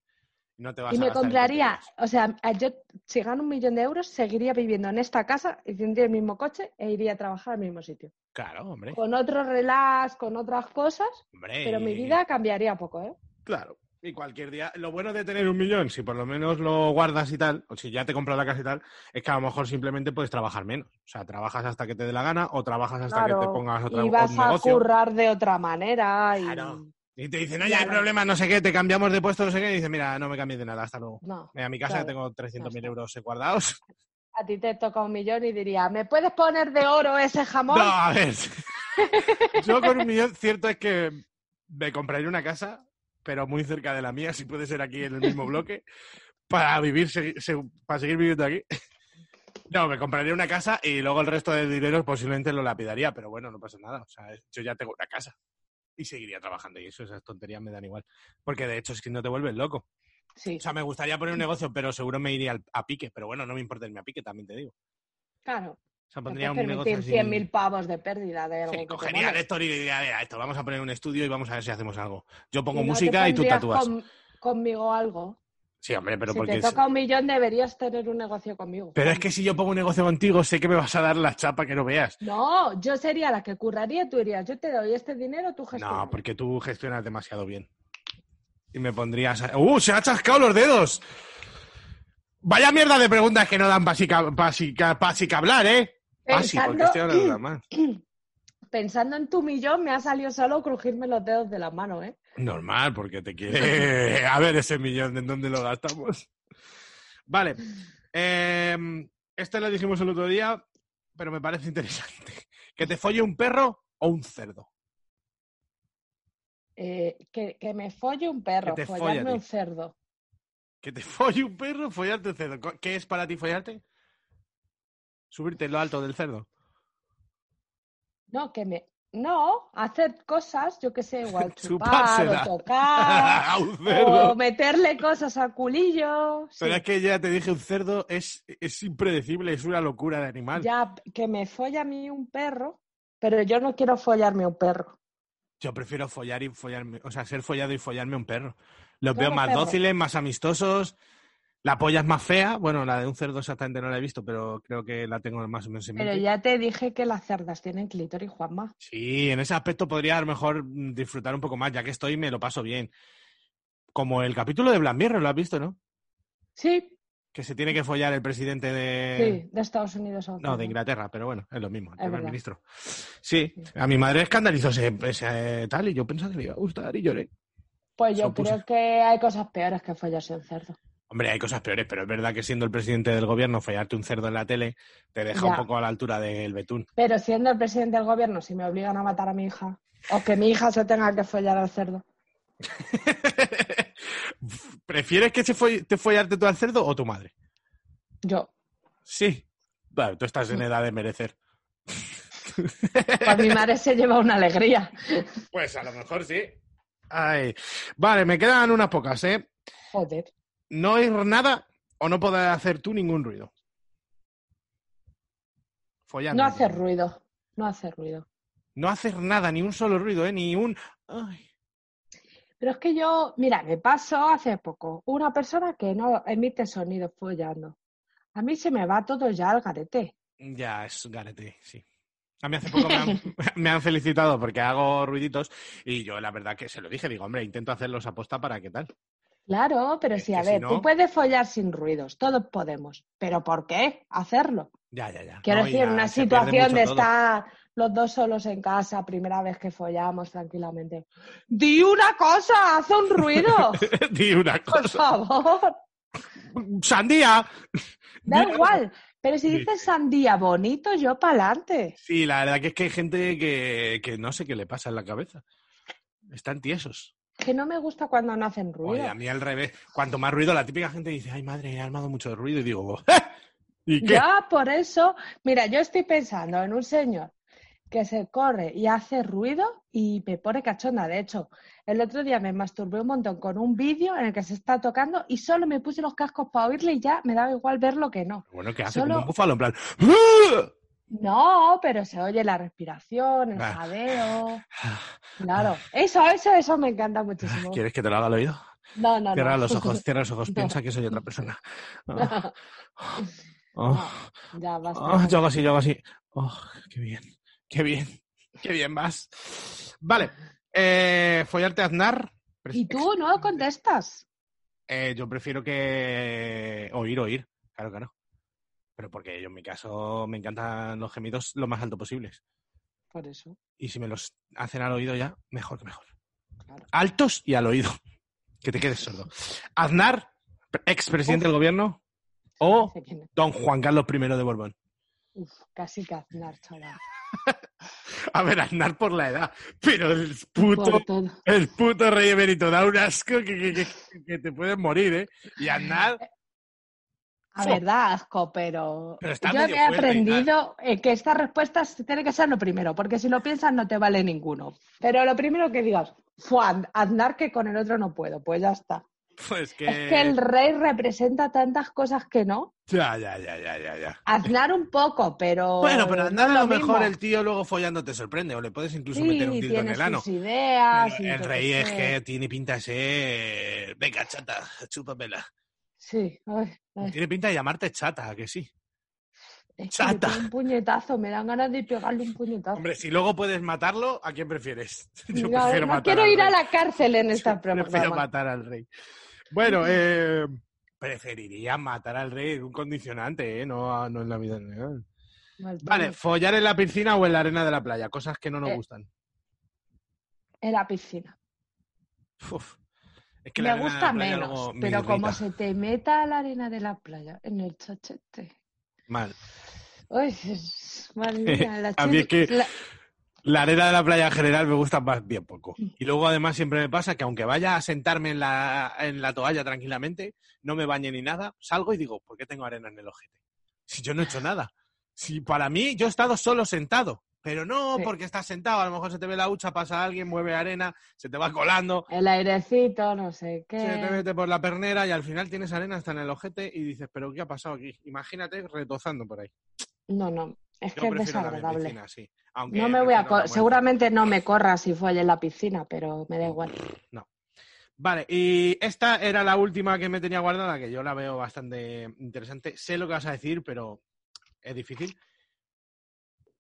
No te vas
Y
a
me
gastar en
compraría,
tonterías.
o sea, a- yo si gano un millón de euros, seguiría viviendo en esta casa y tendría el mismo coche e iría a trabajar al mismo sitio.
Claro, hombre.
Con otro relax, con otras cosas,
hombre
Pues, pero mi
y-
vida cambiaría poco, ¿eh?
Claro. Y cualquier día. Lo bueno de tener un millón, si por lo menos lo guardas y tal, o si ya te compras la casa y tal, es que a lo mejor simplemente puedes trabajar menos. O sea, trabajas hasta que te dé la gana o trabajas hasta que te
Claro,
pongas otra,
Y
un
vas a
negocio.
currar de otra manera y
Claro. Y te dicen, oye, hay
Claro.
problemas, no sé qué, te cambiamos de puesto, no sé qué. Y dices, mira, no me cambies de nada, hasta luego.
no.
Ve a mi casa
Claro,
tengo 300.000
está.
euros guardados.
A ti te toca un millón y diría, ¿me puedes poner de oro ese jamón?
No, a ver. Yo con un millón, cierto es que me compraré una casa, pero muy cerca de la mía, si puede ser aquí en el mismo bloque, para vivir, segui- se- para seguir viviendo aquí. No, me compraría una casa y luego el resto del dinero posiblemente lo lapidaría, pero bueno, no pasa nada. O sea, yo ya tengo una casa y seguiría trabajando y eso, esas tonterías me dan igual. Porque de hecho es que no te vuelves loco.
Sí,
O sea, me gustaría poner un negocio, pero seguro me iría al- a pique. Pero bueno, no me importa irme a pique, también te digo. O
claro.
sea,
Te
pondría
puedes
un negocio
permitir
así-
100.000 pavos de pérdida de algo.
Sí,
que te
cogería
mola.
al Héctor y le diría, "Mira, esto, vamos a poner un estudio y vamos a ver si hacemos algo. Yo pongo
Y no te
música y tú
pondrías
tatúas.
con- conmigo algo.
Sí, hombre, pero
si
porque...
te
es-
toca un millón deberías tener un negocio conmigo.
Pero es que si yo pongo un negocio contigo, sé que me vas a dar la chapa que no veas.
No, yo sería la que curraría, tú dirías, yo te doy este dinero, tú gestionas.
No, porque tú gestionas demasiado bien. Y me pondrías... a- ¡Uh, se ha chascado los dedos! Vaya mierda de preguntas que no dan básica, básica, básica hablar, ¿eh? Ah, sí, porque
Pensando-
estoy hablando de la mano.
Pensando en tu millón me ha salido solo crujirme los dedos de las manos, ¿eh?
Normal, porque te quiere. Eh, A ver, ese millón, ¿en dónde lo gastamos? Vale. Eh, esto lo dijimos el otro día, pero me parece interesante. ¿Que te folle un perro o un cerdo?
Eh, que, que me folle un perro,
Que te
follarme
folle a ti.
un cerdo.
¿Que te folle un perro o follarte un cerdo? Co- ¿Qué es para ti follarte? Subirte en lo alto del cerdo.
No, que me... No, hacer cosas, yo que sé, igual chupar
Chupársela.
o tocar
A un cerdo.
o meterle cosas al culillo. oh, sí.
Pero es que ya te dije, un cerdo es, es impredecible, es una locura de animal.
Ya, que me folle a mí un perro, pero yo no quiero follarme un perro.
Yo prefiero follar y follarme, o sea, ser follado y follarme un perro. Los
Yo
veo
los
más
perros.
dóciles, más amistosos. La polla es más fea. Bueno, la de un cerdo exactamente no la he visto, pero creo que la tengo más o menos en
Pero
mente.
ya te dije que las cerdas tienen clítoris, Juanma.
Sí, en ese aspecto podría a lo mejor mm, disfrutar un poco más, ya que estoy y me lo paso bien. Como el capítulo de Black Mirror, lo has visto, ¿no?
Sí,
Que se tiene que follar el presidente de...
sí, de Estados Unidos.
Eh.
a
No,
Australia.
de Inglaterra, pero bueno, es lo mismo, el primer
verdad.
ministro. Sí, a mi madre escandalizó ese, ese tal y yo pensaba que le iba a gustar y lloré.
Pues yo
Son cosas-
creo que hay cosas peores que follarse un cerdo.
Hombre, hay cosas peores, pero es verdad que siendo el presidente del gobierno, follarte un cerdo en la tele te deja
Ya.
un poco a la altura del betún.
Pero siendo el presidente del gobierno, si me obligan a matar a mi hija, o que mi hija se tenga que follar al cerdo.
¿Prefieres que se foll- te follarte tú al cerdo o tu madre?
Yo,
Sí. Vale, tú estás
Mm.
en edad de merecer.
pues mi madre se lleva una alegría.
Pues a lo mejor sí. Ay. Vale, me quedan unas pocas, ¿eh?
Joder.
No oír nada o no poder hacer tú ningún ruido. Follar.
No hace ruido, no hace ruido.
No hacer nada, ni un solo ruido, ¿eh? Ni un... Ay.
Pero es que yo, mira, me pasó hace poco una persona que no emite sonido follando. A mí se me va todo ya al garete.
Ya, es garete, sí. A mí hace poco me han, me han felicitado porque hago ruiditos y yo la verdad que se lo dije, digo, hombre, intento hacerlos aposta para qué tal.
Claro, pero
Es
sí,
que
a
si
ver,
no-
tú puedes follar sin ruidos, todos podemos, pero ¿por qué hacerlo?
Ya, ya, ya.
Quiero
No, y
decir,
ya
una
se pierde
situación
mucho
de
todo.
estar los dos solos en casa, primera vez que follamos tranquilamente. ¡Di una cosa! ¡Haz un ruido!
Di una
¡Por
cosa.
favor!
¡Sandía!
Da
Di-
igual. Pero si
Sí.
dices sandía bonito, yo pa'lante.
Sí, la verdad que es que hay gente que, que no sé qué le pasa en la cabeza. Están tiesos.
Que no me gusta cuando no hacen ruido.
Oye, a mí al revés. Cuanto más ruido, la típica gente dice, ay madre, he armado mucho ruido. Y digo, "¿Eh? ¿y qué?
Ya, por eso, mira, yo estoy pensando en un señor que se corre y hace ruido y me pone cachonda. De hecho, el otro día me masturbé un montón con un vídeo en el que se está tocando y solo me puse los cascos para oírle y ya me daba igual verlo que no.
Bueno, ¿qué hace?
Solo-
Como un búfalo, en plan... "¡Ah!".
No, pero se oye la respiración, el
Ah.
jadeo. Claro, eso, eso, eso me encanta muchísimo.
¿Quieres que te lo haga al oído?
No, no,
Cierra
Ah, no.
los ojos, cierra los ojos, piensa que soy otra persona. Ah. Oh.
Ya, basta.
Ah, yo hago así, yo hago así. Oh, qué bien, qué bien, qué bien vas. Vale, eh, follarte a Aznar.
Y tú no contestas.
Eh, yo prefiero que oír, oír, claro que no. Pero porque yo en mi caso me encantan los gemidos lo más alto posibles.
Por eso.
Y si me los hacen al oído ya, mejor que mejor.
Claro.
Altos y al oído. Que te quedes sordo. Aznar, expresidente del gobierno, o
Sé que no.
don Juan Carlos I de Borbón.
Uf, casi que Aznar, chaval.
A ver, Aznar por la edad, pero el puto
Por todo.
El puto rey emérito da un asco que, que- que- que te puedes morir, ¿eh? Y Aznar,
A
Fo.
ver, da asco, pero,
Pero está
yo
medio
he
fuerte y
aprendido eh, que estas respuestas tienen que ser lo primero, porque si lo piensas no te vale ninguno. Pero lo primero que digas, Fuan, Aznar que con el otro no puedo, pues ya está.
pues que...
Es que el rey representa tantas cosas que no.
Ya, ya, ya, ya, ya, ya.
Aznar un poco, pero...
Bueno, pero Aznar a
no
lo
es Oh, mismo.
mejor el tío luego follando te sorprende, o le puedes incluso
Sí,
meter un tildo en
tiene
el ano.
sus ideas.
Pero
y
el
yo
rey
qué
es
sé.
que tiene pinta de ser... Venga, chata, chúpamela.
Sí, ay, ay,
Tiene pinta de llamarte chata, ¿a que sí.
es que le
Chata.
pego un puñetazo, me dan ganas de pegarle un puñetazo.
Hombre, si luego puedes matarlo, ¿a quién prefieres? Yo
no,
prefiero
no
matar
quiero
al
ir a
rey.
la cárcel en esta
Yo Prefiero
programa.
matar al rey. Bueno, eh, preferiría matar al rey en un condicionante, ¿eh? no, no en la vida real. Vale, follar en la piscina o en la arena de la playa, cosas que no nos
Mm. Eh,
gustan.
en la piscina.
Uf. Es la
Me
arena de la
gusta
playa
menos,
luego me
pero como
irrita.
se te meta la arena de la playa en el chochete.
Mal.
Uy, es- madre mía, la
A mí es
chel-
que-
la-
La arena de la playa en general me gusta más bien poco. Y luego además siempre me pasa que aunque vaya a sentarme en la, en la toalla tranquilamente, no me bañe ni nada, salgo y digo, ¿por qué tengo arena en el ojete? Si yo no he hecho nada. Si para mí yo he estado solo sentado, pero no
Sí.
porque estás sentado, a lo mejor se te ve la hucha, pasa alguien, mueve arena, se te va colando,
El airecito, no sé qué.
se te mete por la pernera y al final tienes arena hasta en el ojete y dices, pero ¿qué ha pasado aquí? Imagínate retozando por ahí.
No, no, es
Yo
que es
prefiero la
desagradable.
piscina, sí. Aunque
No me voy a
prefiero
co-
la muerte.
seguramente no me corra si folle en la piscina, pero me da igual.
Vale, y esta era la última que me tenía guardada, que yo la veo bastante interesante. Sé lo que vas a decir, pero es difícil.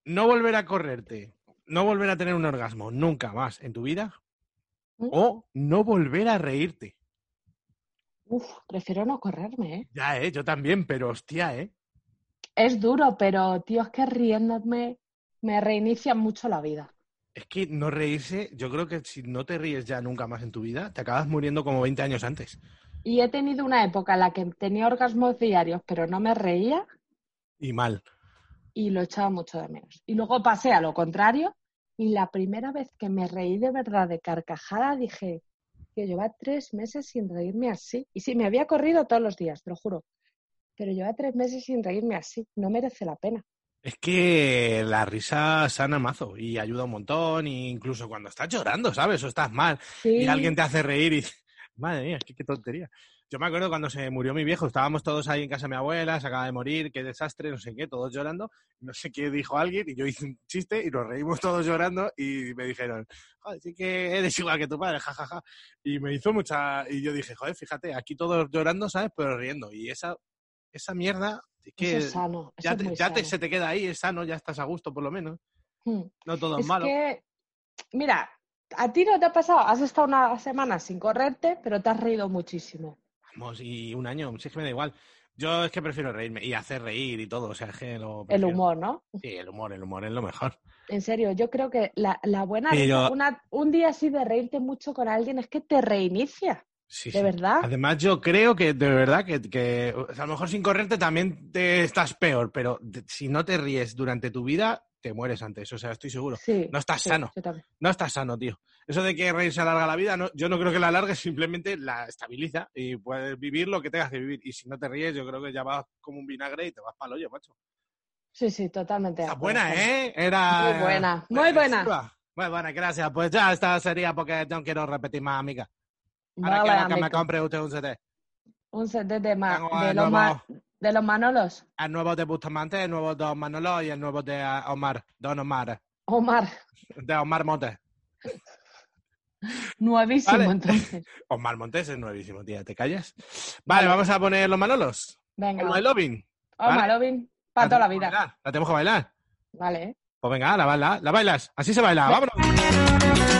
No volver a correrte, no volver a tener un orgasmo nunca más en tu vida,
¿Mm?
o no volver a reírte.
Uf, prefiero no correrme, ¿eh?
Ya, eh, yo también, pero hostia, eh.
Es duro, pero tío, es que riéndome me reinicia mucho la vida.
Es que no reírse, yo creo que si no te ríes ya nunca más en tu vida, te acabas muriendo como 20 años antes.
Y he tenido una época en la que tenía orgasmos diarios, pero no me reía.
Y mal.
y lo echaba mucho de menos. Y luego pasé a lo contrario y la primera vez que me reí de verdad de carcajada dije que llevaba tres meses sin reírme así. Y sí, me había corrido todos los días, te lo juro. Pero llevaba tres meses sin reírme así. No merece la pena.
Es que la risa sana mazo y ayuda un montón, e incluso cuando estás llorando, ¿sabes? O estás mal y
Sí,
alguien te hace reír y madre mía, qué, qué tontería. Yo me acuerdo cuando se murió mi viejo, estábamos todos ahí en casa de mi abuela, se acaba de morir, qué desastre, no sé qué, todos llorando, no sé qué dijo alguien y yo hice un chiste y nos reímos todos llorando y me dijeron, joder, sí que eres igual que tu padre, jajaja. Y me hizo mucha, y yo dije, joder, fíjate, aquí todos llorando, ¿sabes? Pero riendo. Y esa, esa mierda, es que
eso es sano. eso
ya,
es
te,
muy
ya te-
sano.
se te queda ahí, es sano, ya estás a gusto por lo menos.
Mm.
No todo es,
Es
malo.
que, mira, a ti no te ha pasado. Has estado una semana sin correrte, pero te has reído muchísimo.
Vamos, y un año, si es que me da igual. Yo es que prefiero reírme y hacer reír y todo. O sea, es que lo
El
prefiero.
humor, ¿no?
Sí, el humor, el humor es lo mejor.
En serio, yo creo que la, la buena
Pero-
risa, una- un día así de reírte mucho con alguien es que te reinicia,
Sí,
de
sí.
verdad.
Además, yo creo que de verdad que, que, o sea, a lo mejor sin correrte también te estás peor, pero de- si no te ríes durante tu vida, te mueres antes. O sea, estoy seguro.
Sí,
No estás
sí,
sano.
yo también.
No estás sano, tío. Eso de que reírse alarga la vida, no, yo no creo que la alargue, simplemente la estabiliza y puedes vivir lo que tengas que vivir. Y si no te ríes, yo creo que ya vas como un vinagre y te vas para el hoyo, macho.
Sí, sí, totalmente. de
Está
acuerdo,
buena,
Juan.
¿eh? pues, Era...
Muy buena, muy buena.
Buenísima. Muy buena, gracias. Pues ya esta sería porque no quiero repetir más, amiga. Ahora
Vale,
quiero que me
amigo.
compre usted un CD.
Un set de, ma-
Tengo
de,
el nuevo-
los ma- de los Manolos.
El nuevo de Bustamante, el nuevo de Manolo y el nuevo de eh, Omar, Don Omar,
Omar,
de Omar Montes.
nuevísimo
Vale.
entonces.
Omar Montes es nuevísimo, tía, ¿te callas? Vale, vamos a poner los Manolos.
Venga,
Como el Lovin.
Omar
¿vale?
Ovin, para toda la vida.
La tenemos que bailar.
Vale, ¿eh?
Pues venga, la bailas, la bailas. Así se baila, vámonos.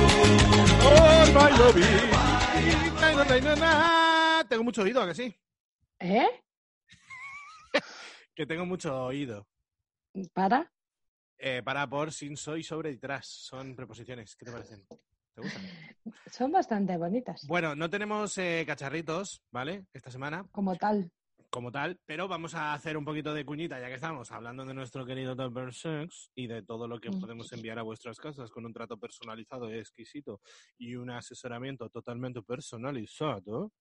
All my loving. Ay, no, ay, no, na. Tengo mucho oído, ¿a que sí?
¿eh?
Que tengo mucho oído.
¿Para?
Eh, para por, sin, soy, sobre y tras. Son preposiciones. ¿Qué te parecen? ¿Te gustan?
Son bastante bonitas,
Bueno, no tenemos eh, cacharritos, ¿vale? Esta semana,
como tal.
como tal, pero vamos a hacer un poquito de cuñita, ya que estamos hablando de nuestro querido Topper Sex y de todo lo que
Mm.
podemos enviar a vuestras casas con un trato personalizado y exquisito y un asesoramiento totalmente personalizado.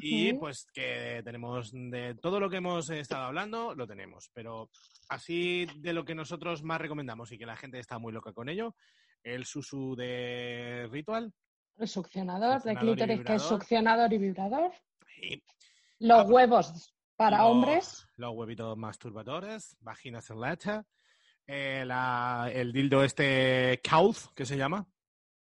Y
Ujú.
pues que tenemos de todo lo que hemos estado hablando, lo tenemos. Pero así de lo que nosotros más recomendamos y que la gente está muy loca con ello, el susu de Ritual.
El
pues, Succionador
succionador, de
y
clítoris, que es
vibrador.
succionador y vibrador.
y
Los
Ah, bueno.
huevos para
los-
hombres.
Los huevitos masturbadores, vaginas en leche, eh, la- el dildo este Kauf, que se llama,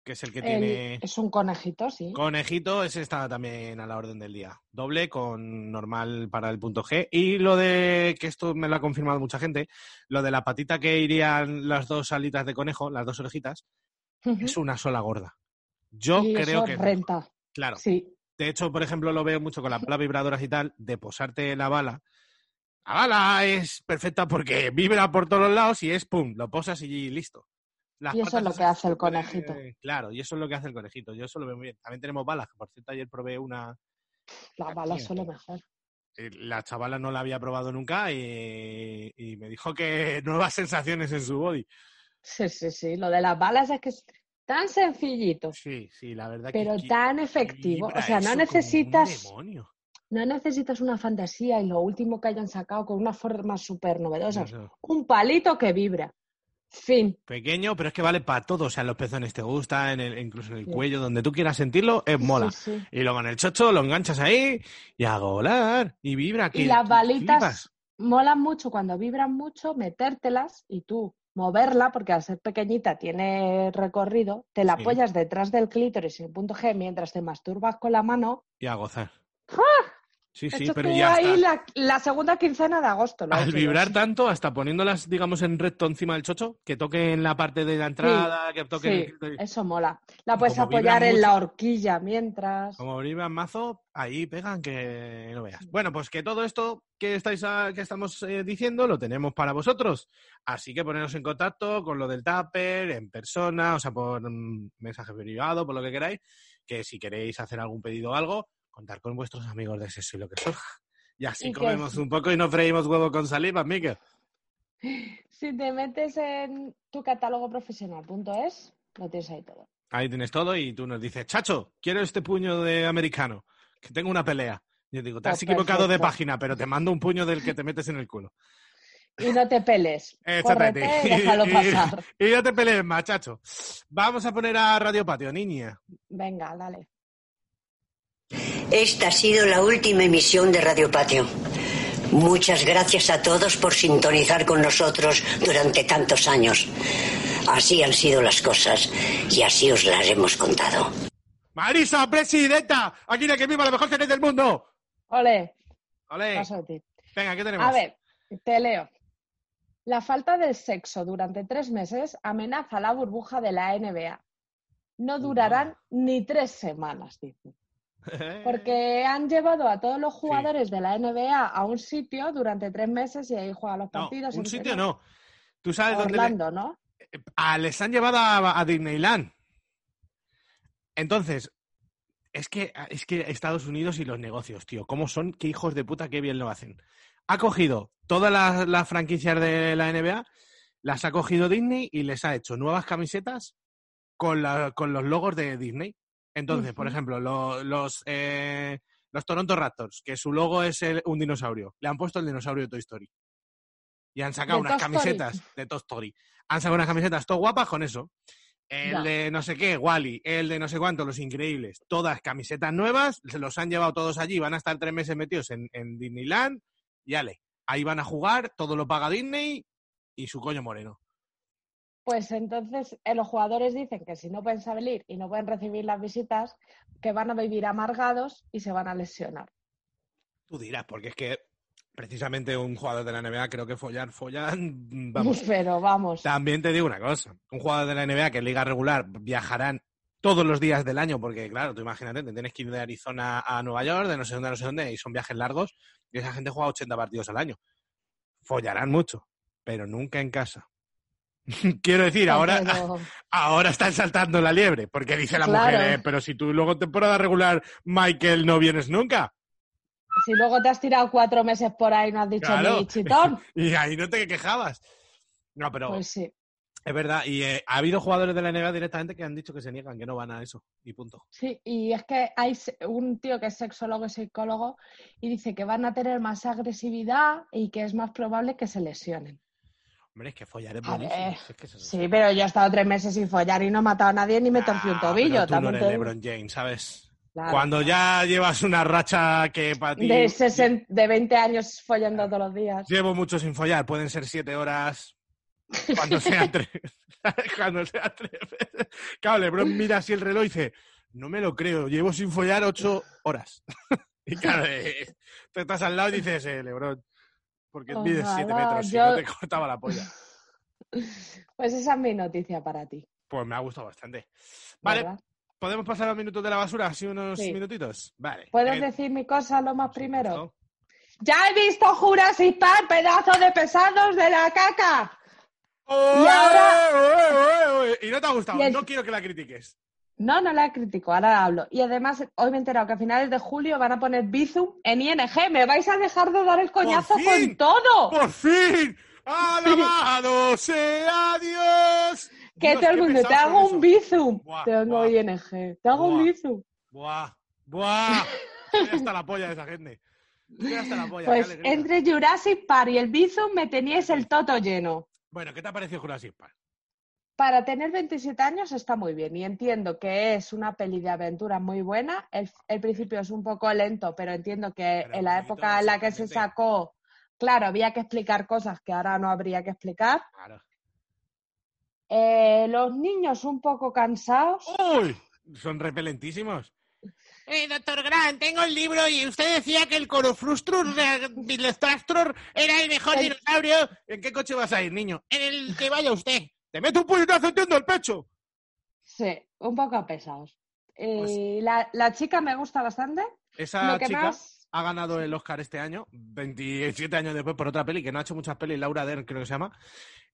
que es el que
el-
tiene
Es un conejito, sí.
conejito, ese está también a la orden del día. Doble con normal para el punto G. Y lo de, que esto me lo ha confirmado mucha gente, lo de la patita que irían las dos alitas de conejo, las dos orejitas,
Ujú.
es una sola gorda. Yo
Y
creo
eso
que...
renta,
Claro.
sí.
De hecho, por ejemplo, lo veo mucho con las balas vibradoras y tal, de posarte la bala. La bala es perfecta porque vibra por todos lados y es pum, lo posas y listo. Las
Y eso es
patas
lo
esas
que hace el
súper,
conejito.
eh, claro, y eso es lo que hace el conejito. Yo eso lo veo muy bien. También tenemos balas. que, Por cierto, ayer probé una.
Las
Ah,
balas
sí.
son lo mejor.
eh, La chavala no la había probado nunca y, y me dijo que nuevas sensaciones en su body.
Sí, sí, sí. Lo de las balas es que es tan sencillito,
Sí, sí, la verdad que-
pero
que.
tan efectivo. O
vibra
sea,
eso como
no
un
necesitas
demonio.
No necesitas una fantasía y lo último que hayan sacado con una forma súper novedosa.
Eso.
Un palito que vibra. Fin.
Pequeño, pero es que vale para todo. O sea, los pezones te gustan, en el- incluso en el
Sí.
cuello, donde tú quieras sentirlo, es mola.
Sí, sí.
Y luego en el chocho lo enganchas ahí y a volar. Y vibra. que
Y las
que
balitas
flipas.
molan mucho cuando vibran mucho, metértelas y tú moverla, porque al ser pequeñita tiene recorrido, te la
Sí.
apoyas detrás del clítoris en el punto G mientras te masturbas con la mano.
Y a gozar.
¡Ah!
Sí, sí,
Eso
pero
estuvo
ya
ahí
está.
la, la segunda quincena de agosto. lo he
Al
hecho yo,
vibrar
sí.
tanto, hasta poniéndolas, digamos, en recto encima del chocho, que toquen la parte de la entrada, que toquen el
Sí,
clítoris.
eso mola. La
Y
puedes
como vibra
apoyar en
mucho-
la horquilla mientras.
Como vibran mazo, ahí pegan que no veas. Bueno, pues que todo esto que estáis a- que estamos eh, diciendo lo tenemos para vosotros. Así que poneros en contacto con lo del Tupper, en persona, o sea, por mm, mensaje privado, por lo que queráis. Que si queréis hacer algún pedido o algo, contar con vuestros amigos de sexo y lo que surja. Y así
Y que-
comemos un poco y no freímos huevo con saliva, Miquel.
Si te metes en tu catálogo profesional.es, lo tienes ahí todo.
Ahí tienes todo y tú nos dices, Chacho, quiero este puño de americano, que tengo una pelea. Yo digo, te has
Pues
equivocado de
perfecto.
página, pero te mando un puño del que te metes en el culo.
Y no te peles.
Exactamente.
Córrete y déjalo pasar.
Y no te pelees más, Chacho. Vamos a poner a Radio Patio, niña.
Venga, dale.
Esta ha sido la última emisión de Radio Patio. Muchas gracias a todos por sintonizar con nosotros durante tantos años. Así han sido las cosas y así os las hemos contado.
Marisa, presidenta, aquí la que viva la mejor tenés del mundo.
Ole,
Ole.
paso de ti.
Venga, ¿qué tenemos?
A ver, te leo. La falta de sexo durante tres meses amenaza la burbuja de la NBA. No durarán
Mm.
ni tres semanas, dice. Porque han llevado a todos los jugadores de la NBA a un sitio durante tres meses y ahí juegan los
No,
partidos.
un
entrenan.
sitio no. Tú sabes dónde le-
Orlando, ¿no?
Ah, les han llevado a, a Disneyland. Entonces, es que, es que Estados Unidos y los negocios, tío, ¿cómo son? ¿Qué hijos de puta, qué bien lo hacen? Ha cogido todas las, las franquicias de la NBA, las ha cogido Disney y les ha hecho nuevas camisetas con, la- con los logos de Disney. Entonces, por
Ujú.
ejemplo, lo- los, eh, los Toronto Raptors, que su logo es el- un dinosaurio, le han puesto el dinosaurio de Toy Story. Y han sacado
De
unas
Toy Story.
camisetas de Toy Story han sacado unas camisetas todo guapas con eso. El
Ya.
de no sé qué, Wally, el de no sé cuánto, Los Increíbles, todas camisetas nuevas, se los han llevado todos allí, van a estar tres meses metidos en, en Disneyland y ale, ahí van a jugar, todo lo paga Disney y su coño moreno.
Pues entonces eh, los jugadores dicen que si no pueden salir y no pueden recibir las visitas, que van a vivir amargados y se van a lesionar.
Tú dirás, porque es que precisamente un jugador de la NBA creo que follar, follan, vamos.
Pero vamos.
También te digo una cosa, un jugador de la NBA que es liga regular viajarán todos los días del año, porque claro, tú imagínate, te tienes que ir de Arizona a Nueva York, de no sé dónde a no sé dónde, y son viajes largos, y esa gente juega 80 partidos al año. Follarán mucho, pero nunca en casa. Quiero decir, ahora,
pero-
ahora están saltando la liebre, porque dice la
Claro.
mujer, "Eh, pero si tú luego en temporada regular, Michael, no vienes nunca.
Si luego te has tirado cuatro meses por ahí y no has dicho
Claro.
ni chitón,
Y ahí no te quejabas. No, pero
pues sí,
Es verdad, y eh, ha habido jugadores de la NBA directamente que han dicho que se niegan, que no van a eso, y punto.
sí. Y es que hay se- un tío que es sexólogo y psicólogo y dice que van a tener más agresividad y que es más probable que se lesionen.
Hombre, es que follar es
A
buenísimo.
ver,
si es que eso no-
Sí, pero yo he estado tres meses sin follar y no he matado a nadie ni me torcí un
Ah,
tobillo.
pero tú no
también
eres
te digo.
LeBron James, ¿sabes?
Claro.
Cuando ya llevas una racha que para ti...
de, 60 de 20 años follando todos los días.
Llevo mucho sin follar, pueden ser siete horas... Cuando sea tres. cuando sea tres veces. Claro, LeBron mira así el reloj y dice, no me lo creo, llevo sin follar ocho horas. y claro, eh, tú estás al lado y dices, eh, LeBron, porque mides siete
Ojalá,
metros, si
Oh yo-
no te cortaba la polla.
Pues esa es mi noticia para ti.
Pues me ha gustado bastante. Vale,
¿verdad?
¿podemos pasar los minutos de la basura? Así unos
Sí.
minutitos. Vale.
¿Puedes
Eh,
decir mi cosa lo más
por
primero?
supuesto.
¡Ya he visto Jurassic Park, pedazo de pesados de la caca!
¡Oh,
Y ahora-
oh, oh, oh, oh! Y no te ha gustado.
Y el-
No quiero que la critiques.
No, no la critico, ahora hablo. Y además, hoy me he enterado que a finales de julio van a poner Bizum en ING. ¡Me vais a dejar de dar el coñazo
fin!
con todo!
¡Por fin! ¡Alabado sea Dios!
que
Dios,
todo el
qué
mundo, te
pesados
hago
son
un
esos.
Bizum.
Buah,
Tengo
buah.
ING, te hago
Buah.
un Bizum.
¡Buah! ¡Buah! Estoy hasta la polla de esa gente. Estoy hasta la polla.
Pues
qué alegría.
entre Jurassic Park y el Bison me teníais el toto lleno.
Bueno, ¿qué te ha parecido Jurassic Park?
Para tener 27 años está muy bien y entiendo que es una peli de aventura muy buena. El, el principio es un poco lento, pero entiendo que
Pero
en la
bonito,
época en la que se
visualmente.
sacó, claro, había que explicar cosas que ahora no habría que explicar.
Claro.
Eh, los niños un poco cansados.
¡Uy! Son repelentísimos.
Eh, doctor Grant, tengo el libro y usted decía que el Corofrustrus Bilestrastros era el mejor
El-
dinosaurio.
¿En qué coche vas a ir, niño?
En el que vaya usted.
¡Te meto un puñetazo y te hundo el pecho!
Sí, un poco pesados. Eh, la, la chica me gusta bastante.
Pues Esa
Lo que
chica
más-
ha ganado el Oscar este año, 27 años después, por otra peli, que no ha hecho muchas pelis, Laura Dern creo que se llama.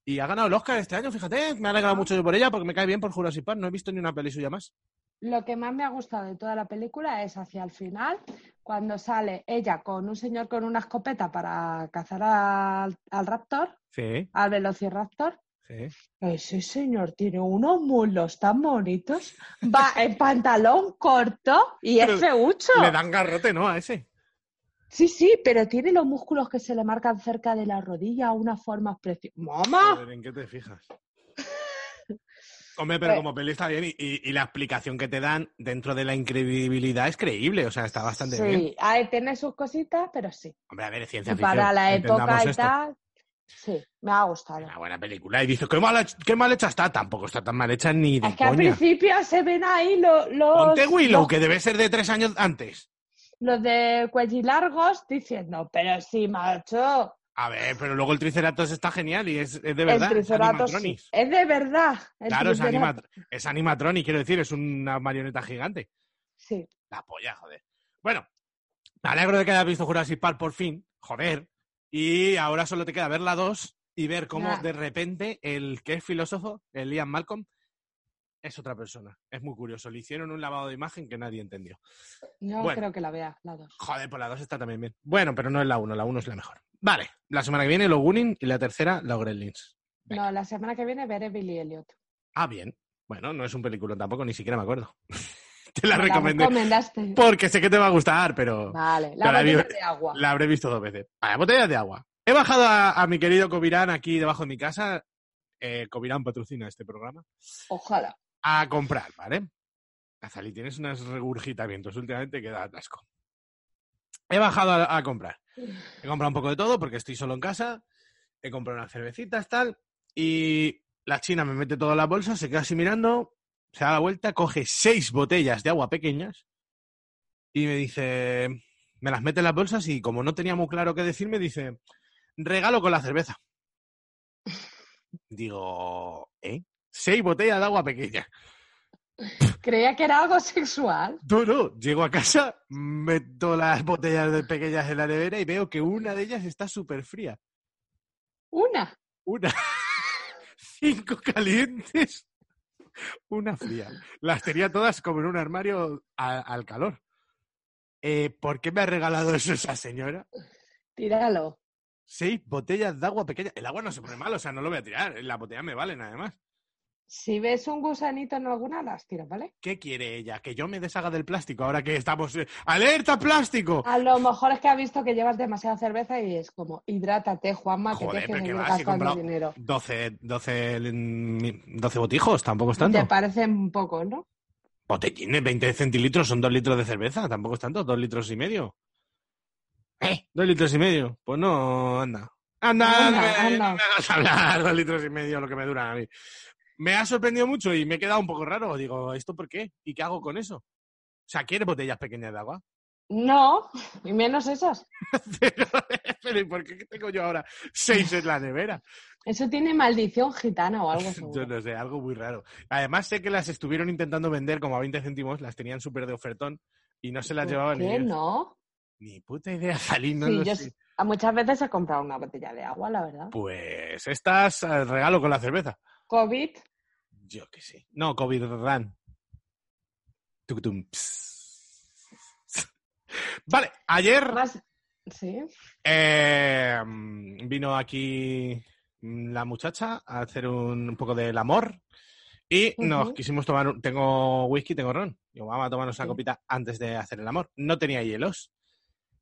Y ha ganado el Oscar este año, fíjate. Me ha alegrado mucho yo por ella porque me cae bien por Jurassic Park. No he visto ni una peli suya más.
Lo que más me ha gustado de toda la película es hacia el final, cuando sale ella con un señor con una escopeta para cazar al, al raptor,
Sí,
al velociraptor.
sí.
Ese señor tiene unos mulos tan bonitos, va en pantalón corto y
Pero
es feucho.
Le dan garrote, ¿no? A ese.
Sí, sí, pero tiene los músculos que se le marcan cerca de la rodilla, una forma preciosa. ¡Mamá!
Joder, ¿en qué te fijas? Hombre, pero
Pues-
como peli está bien y, y- y la explicación que te dan dentro de la incredibilidad es creíble, o sea, está bastante
sí,
bien.
ahí tiene sus cositas, pero sí.
Hombre, a ver, es
Y
ciencia ficción.
para la época
entendamos
y
esto.
tal, sí, me ha gustado.
Una buena película. Y dices, ¿qué mal, qué mal hecha está. Tampoco está tan mal hecha ni de
Es que al
coña.
principio se ven ahí lo- los,
Ponte Willow,
los,
que debe ser de tres años antes.
los de cuellilargos diciendo, pero sí, macho,
A ver, pero luego el Triceratops está genial y es, es de
el
verdad. Es
Triceratops
animatronic.
es de verdad. el
Claro, es,
Tricerat-
animat es animatronic, quiero decir, es una marioneta gigante.
Sí,
La polla, joder. Bueno, me alegro de que hayas visto Jurassic Park por fin, joder. Y ahora solo te queda ver la 2 y ver cómo
Ya.
de repente el que es filósofo, el Liam Malcolm, es otra persona. Es muy curioso. Le hicieron un lavado de imagen que nadie entendió.
no
Bueno.
creo que la vea, la dos.
Joder, pues la 2 está también bien. Bueno, pero no es la 1, la 1 es la mejor. Vale, la semana que viene los Gunning y la tercera los Gremlins. Venga.
No, la semana que viene veré Billy Elliot.
Ah, bien. Bueno, no es un película tampoco, ni siquiera me acuerdo. te la
Me
recomendé
recomendaste.
porque sé que te va a gustar, pero
Vale, la
Pero la
botella
vi-
de agua.
la habré visto dos veces. Vale, botellas de agua. He bajado a, a mi querido Covirán aquí debajo de mi casa. Eh, Covirán patrocina este programa.
Ojalá.
A comprar, ¿vale? Azali, tienes unos regurgitamientos últimamente que da atasco. He bajado a, a comprar. He comprado un poco de todo porque estoy solo en casa. He comprado unas cervecitas, tal. Y la china me mete todas las bolsas, se queda así mirando, se da la vuelta, coge seis botellas de agua pequeñas y me dice, me las mete en las bolsas y como no tenía muy claro qué decirme, dice, regalo con la cerveza. Digo, ¿eh? Seis botellas de agua pequeña.
Creía que era algo sexual.
No, no, llego a casa, meto las botellas de pequeñas en la nevera y veo que una de ellas está súper fría.
Una.
Una. Cinco calientes, una fría. Las tenía todas como en un armario a- al calor. Eh, ¿Por qué me ha regalado eso esa señora?
Tíralo.
Seis botellas de agua pequeña. El agua no se pone mal, o sea, no lo voy a tirar. Las botellas me valen, además.
Si ves un gusanito en alguna, las tiras, ¿vale?
¿Qué quiere ella? ¿Que yo me deshaga del plástico ahora que estamos... eh, ¡Alerta plástico!
A lo mejor es que ha visto que llevas demasiada cerveza y es como, hidrátate, Juanma, que
Joder,
te
pero
dejes
que
de ir
va, si he
gastando
comprado
dinero.
12, 12, mm, 12 botijos, tampoco es
Te
tanto.
parecen un poco, ¿no?
Botellines, 20 centilitros son 2 litros de cerveza, tampoco es tanto, 2 litros y medio. ¿Eh? 2 litros y medio. Pues no, anda. Anda,
Anda,
no me-
anda.
no me hagas hablar, 2 litros y medio lo que me duran a mí. Me ha sorprendido mucho y me he quedado un poco raro. Digo, ¿esto por qué? ¿Y qué hago con eso? O sea, ¿quieres botellas pequeñas de agua?
No, y menos esas.
Pero, pero ¿y por qué tengo yo ahora seis en la nevera?
Eso tiene maldición gitana o algo
Yo
seguro.
no sé, algo muy raro. Además, sé que las estuvieron intentando vender como a 20 céntimos, las tenían súper de ofertón y no se las
¿Por
llevaban ni
qué
Dios.
no?
Ni puta idea, salir, no
Sí,
lo
yo
sé.
s- a muchas veces he comprado una botella de agua, la verdad.
Pues estas al regalo con la cerveza.
COVID,
Yo qué sé. No, COVID Run. Tucutum, ps. Vale, ayer
más... Sí,
eh, vino aquí la muchacha a hacer un, un poco del amor Y nos
Ujú.
quisimos tomar, un- tengo whisky, tengo ron. Digo, vamos a tomarnos una
Sí.
copita antes de hacer el amor. No tenía hielos,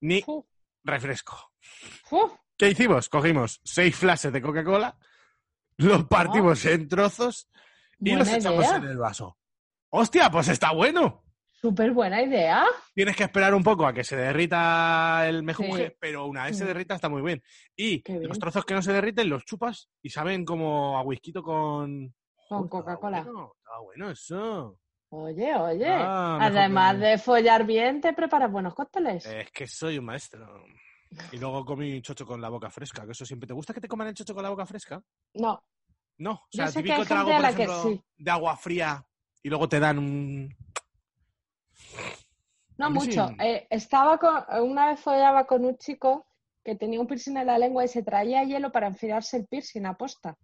ni
Fu,
refresco.
fu.
¿Qué hicimos? Cogimos seis flashes de Coca-Cola, los partimos en trozos y los
Buena
echamos
idea.
en el vaso. ¡Hostia, pues está bueno!
Súper buena idea.
Tienes que esperar un poco a que se derrita el mejunje,
Sí.
pero una vez se
Mm.
derrita está muy bien. Y
Qué bien.
los trozos que no se derriten los chupas y saben como a whisky con... Joder, estaba
Con Coca-Cola.
bueno, estaba bueno eso.
Oye, oye.
Ah, mejor
Además
que-
de follar bien, te preparas buenos cócteles.
Es que soy un maestro. Y luego comí chocho con la boca fresca, que eso siempre te gusta que te coman el chocho con la boca fresca.
No,
No, o
Yo
sea,
sé que
típico
hay gente
trago,
a
por
la que
ejemplo,
sí.
de agua fría y luego te dan un...
no
A mí sí.
mucho. Eh, estaba con, una vez follaba con un chico que tenía un piercing en la lengua y se traía hielo para enfilarse el piercing aposta.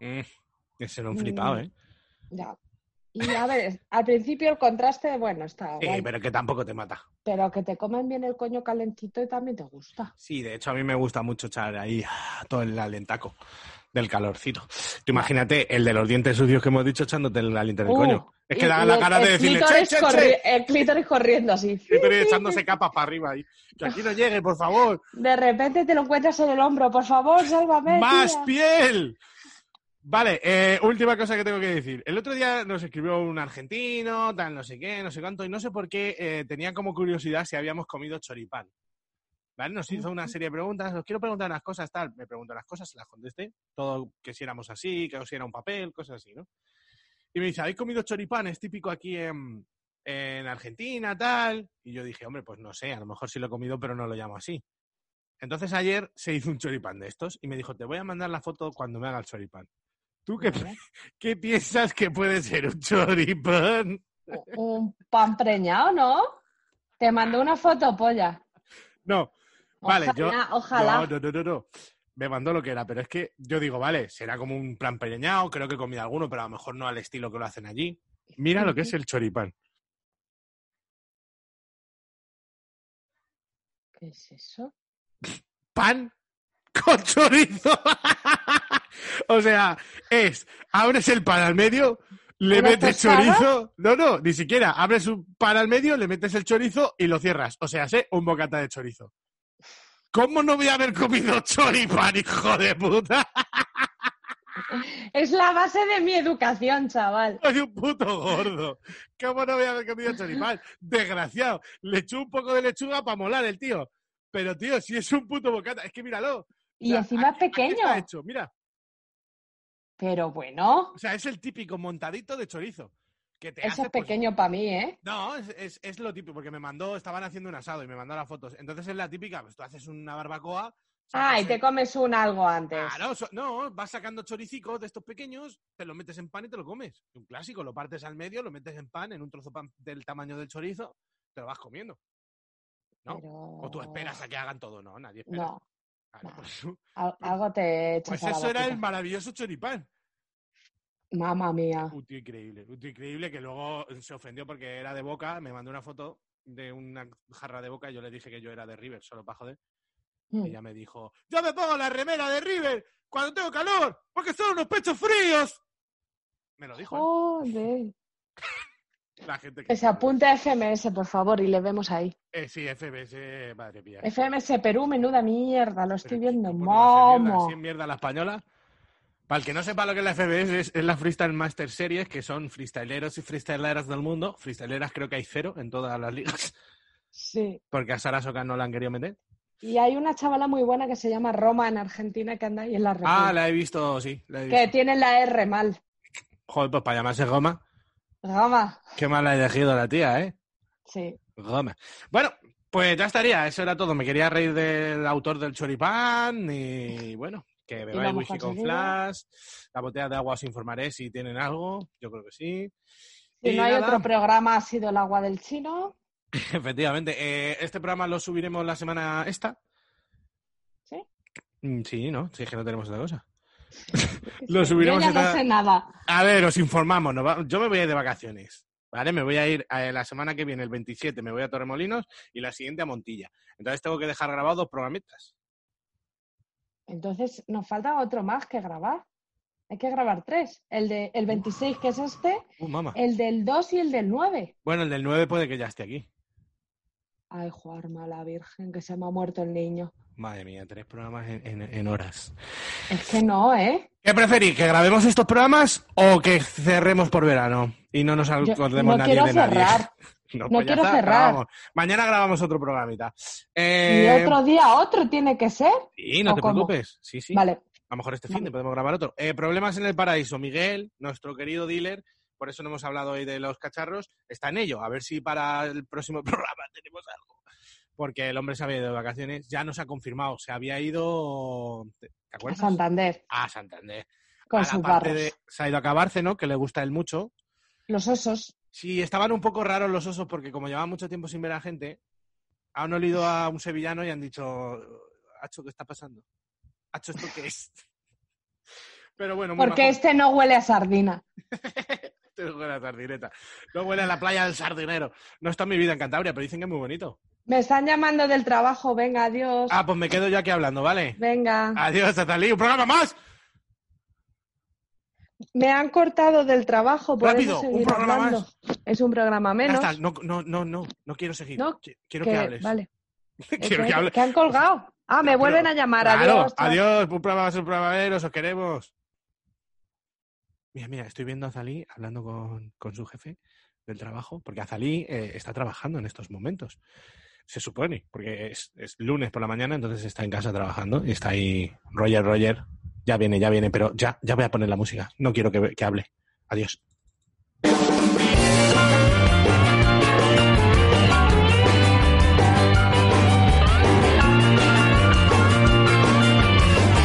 Mm, Ese era un flipado,
Mm,
¿eh?
Ya. Y a ver, al principio el contraste, bueno, está
Sí,
guay, pero...
Eh, pero que tampoco te mata.
que te comen bien el coño calentito y también te gusta.
Sí, de hecho a mí me gusta mucho echar ahí ah, todo el alentaco del calorcito. Tú imagínate el de los dientes sucios que hemos dicho echándote el aliento en el
Uh,
coño. Es que
y-
da
y
la
el-
cara de
el
decirle, che,
clítoris
che,
corri-
che.
El clítoris corriendo así.
Y tú echándose capas para arriba. ahí. que aquí no llegue, por favor.
De repente te lo encuentras en el hombro. Por favor, sálvame.
¡Más
tía.
piel! Vale, eh, última cosa que tengo que decir. El otro día nos escribió un argentino, tal, no sé qué, no sé cuánto, y no sé por qué eh, tenía como curiosidad si habíamos comido choripán. ¿Vale? Nos hizo una serie de preguntas, os quiero preguntar unas cosas, tal. Me preguntó las cosas, las contesté. Todo, que si éramos así, que si era un papel, cosas así, ¿no? Y me dice, ¿habéis comido choripán? Es típico aquí en, en Argentina, tal. Y yo dije, hombre, pues no sé, a lo mejor sí lo he comido, pero no lo llamo así. Entonces ayer se hizo un choripán de estos y me dijo, te voy a mandar la foto cuando me haga el choripán. ¿Tú qué, pi- qué piensas que puede ser un choripán?
Un pan preñado, ¿no? Te mandó una foto, polla.
No, Vale, yo-
ojalá, Ojalá.
No, no, no, no, no. Me mandó lo que era, pero es que yo digo, vale, será como un plan pereñado, creo que he comido alguno, pero a lo mejor no al estilo que lo hacen allí. Mira lo que es el choripán.
¿Qué es eso?
pan con chorizo. o sea, es, abres el pan al medio, le
¿Una
metes
tostada?
chorizo. No, no, ni siquiera. Abres un pan al medio, le metes el chorizo y lo cierras. O sea, sé un bocata de chorizo. ¿Cómo no voy a haber comido choripán, hijo de puta?
Es la base de mi educación, chaval.
Soy un puto gordo. ¿Cómo no voy a haber comido choripán? Desgraciado. Le echo un poco de lechuga para molar el tío. Pero, tío, si es un puto bocata, es que míralo.
Y
O sea,
encima es
aquí- aquí
pequeño.
está hecho, mira.
Pero bueno,
O sea, es el típico montadito de chorizo. Que te
eso
hace,
es
pues,
pequeño para mí, ¿eh?
no, es, es- es lo típico, porque me mandó, estaban haciendo un asado y me mandó las fotos. Entonces es la típica, pues tú haces una barbacoa. sacas
Ay,
el-
Ah, te comes un algo antes.
Claro, so- no, vas sacando choricicos de estos pequeños, te los metes en pan y te lo comes. Un clásico, lo partes al medio, lo metes en pan, en un trozo pan del tamaño del chorizo, te lo vas comiendo. ¿no?
Pero-
O tú esperas a que hagan todo, no, nadie espera.
No,
Vale,
no.
pues
al- algo te echas
pues
a la
eso era
boquita.
el maravilloso choripán.
Mamma mía.
Un tío increíble, un tío increíble que luego se ofendió porque era de Boca, me mandó una foto de una jarra de Boca y yo le dije que yo era de River, solo para joder.
Mm.
Y ella me dijo, yo me pongo la remera de River cuando tengo calor, porque son unos pechos fríos. Me lo dijo ¿eh?
Joder.
la gente que...
Oh, Que se apunte a FMS, por favor, y le vemos ahí.
Eh, sí, FBS, madre mía.
FMS Perú, menuda mierda, lo estoy
Pero,
viendo.
¿cómo no va a ser mierda?
Momo.
¿Sí es mierda la española? Para el que no sepa lo que es la FBS, es, es la Freestyle Master Series, que son freestyleros y freestyleras del mundo. Freestyleras creo que hay cero en todas las ligas,
Sí.
porque a Sara Soca no la han querido meter.
Y hay una chavala muy buena que se llama Roma en Argentina que anda ahí en la
Ah,
República.
la he visto, sí. La he
Que
visto.
tiene la R mal.
Joder, pues para llamarse Goma,
Gama.
qué mal ha elegido la tía, ¿eh?
Sí.
Goma. Bueno, pues ya estaría, eso era todo. Me quería reír del autor del choripán y bueno, que bebáis
vamos
whisky
con
con
saliva.
flash, la botella de agua os informaré si tienen algo, yo creo que sí.
Si
Y
no hay
nada,
otro programa, ha sido el agua del chino.
Efectivamente, eh, este programa lo subiremos la semana esta.
¿Sí?
Mm, Sí, ¿no? Sí, es que no tenemos otra cosa.
Yo
Lo subiremos
ya
esta-
no sé nada.
A ver, os informamos. nos va- Yo me voy a ir de vacaciones. ¿Vale? Me voy a ir eh, la semana que viene, el 27, me voy a Torremolinos y la siguiente a Montilla. Entonces tengo que dejar grabados dos programitas.
Entonces, nos falta otro más que grabar. Hay que grabar tres. El de el 26, que es este,
Uh, mamá.
el del 2 y el del 9.
Bueno, el del 9 puede que ya esté aquí.
Ay, Juarma, la Virgen, que se me ha muerto el niño.
Madre mía, tres programas en, en- en horas.
Es que no, ¿eh?
¿Qué preferís? ¿Que grabemos estos programas o que cerremos por verano? Y no nos
Yo
acordemos
no
nadie
quiero
de nadie. pues
cerrar. No
ya
quiero cerrar.
grabamos. Mañana grabamos otro programita.
Y
Eh,
otro día otro tiene que ser.
Sí, no
¿O
te
cómo?
preocupes. Sí, sí.
Vale.
A lo mejor este fin de podemos grabar otro. Eh, problemas en el paraíso. Miguel, nuestro querido dealer, por eso no hemos hablado hoy de los cacharros, está en ello. A ver si para el próximo programa tenemos algo. Porque el hombre se había ido de vacaciones, ya nos ha confirmado, se había ido. ¿Te te
A
acuerdas?
Santander,
A Santander.
con
A la
sus
parte
barros.
de- se ha ido a Cabarce, ¿no? Que le gusta él mucho.
Los osos.
Sí, estaban un poco raros los osos porque como llevaban mucho tiempo sin ver a gente, han olido a un sevillano y han dicho, Hacho, ¿qué está pasando? Hacho, ¿esto qué es? Pero bueno, muy
Porque
majo.
este no huele a sardina.
Te huele a sardineta. No huele a la playa del sardinero. No está en mi vida en Cantabria, pero dicen que es muy bonito.
Me están llamando del trabajo. Venga, adiós.
Ah, pues me quedo yo aquí hablando, ¿vale?
Venga.
Adiós, Natalí. ¡Un programa más!
Me han cortado del trabajo. Por
Rápido,
eso
un
seguir
programa
hablando. Es un programa
Ya
menos.
está. No, no, no, no, no quiero seguir.
No,
Qui- Quiero que, hables.
Vale.
quiero que hables.
que han colgado. Ah, me
Pero-
vuelven a llamar.
Claro,
adiós. chao.
adiós, un programa más, un programa menos, os queremos. Mira, mira, estoy viendo a Zalí hablando con, con su jefe del trabajo, porque Azalí eh, está trabajando en estos momentos, se supone, porque es, es lunes por la mañana, entonces está en casa trabajando y está ahí Roger, Roger, ya viene, ya viene, pero ya, ya voy a poner la música, no quiero que, que hable. Adiós.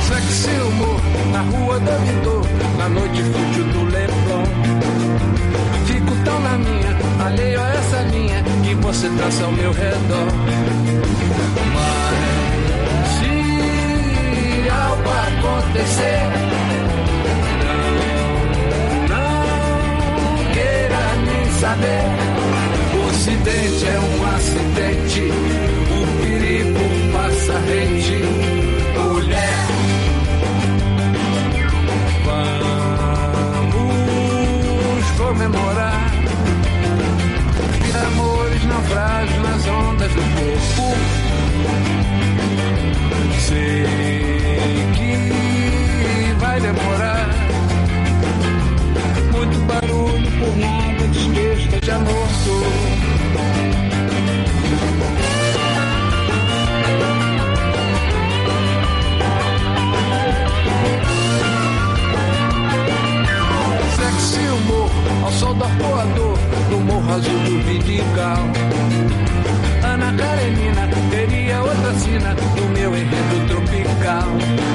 Sexy humor na rua do Vitor, na noite fútil do Leblon. Fico tão na minha, alheio a essa linha que você traça ao meu redor. Mas se algo acontecer, não, não queira nem saber. O acidente é um acidente, o perigo passa rente, mulher. Vamos comemorar. Amores naufrágios nas ondas do corpo. Sei que vai demorar. Muito barulho por nada, desbesta de amor. Sexy humor ao sol do arpoador no morro azul do Vidigal. Ana Karenina teria outra sina no meu enredo tropical.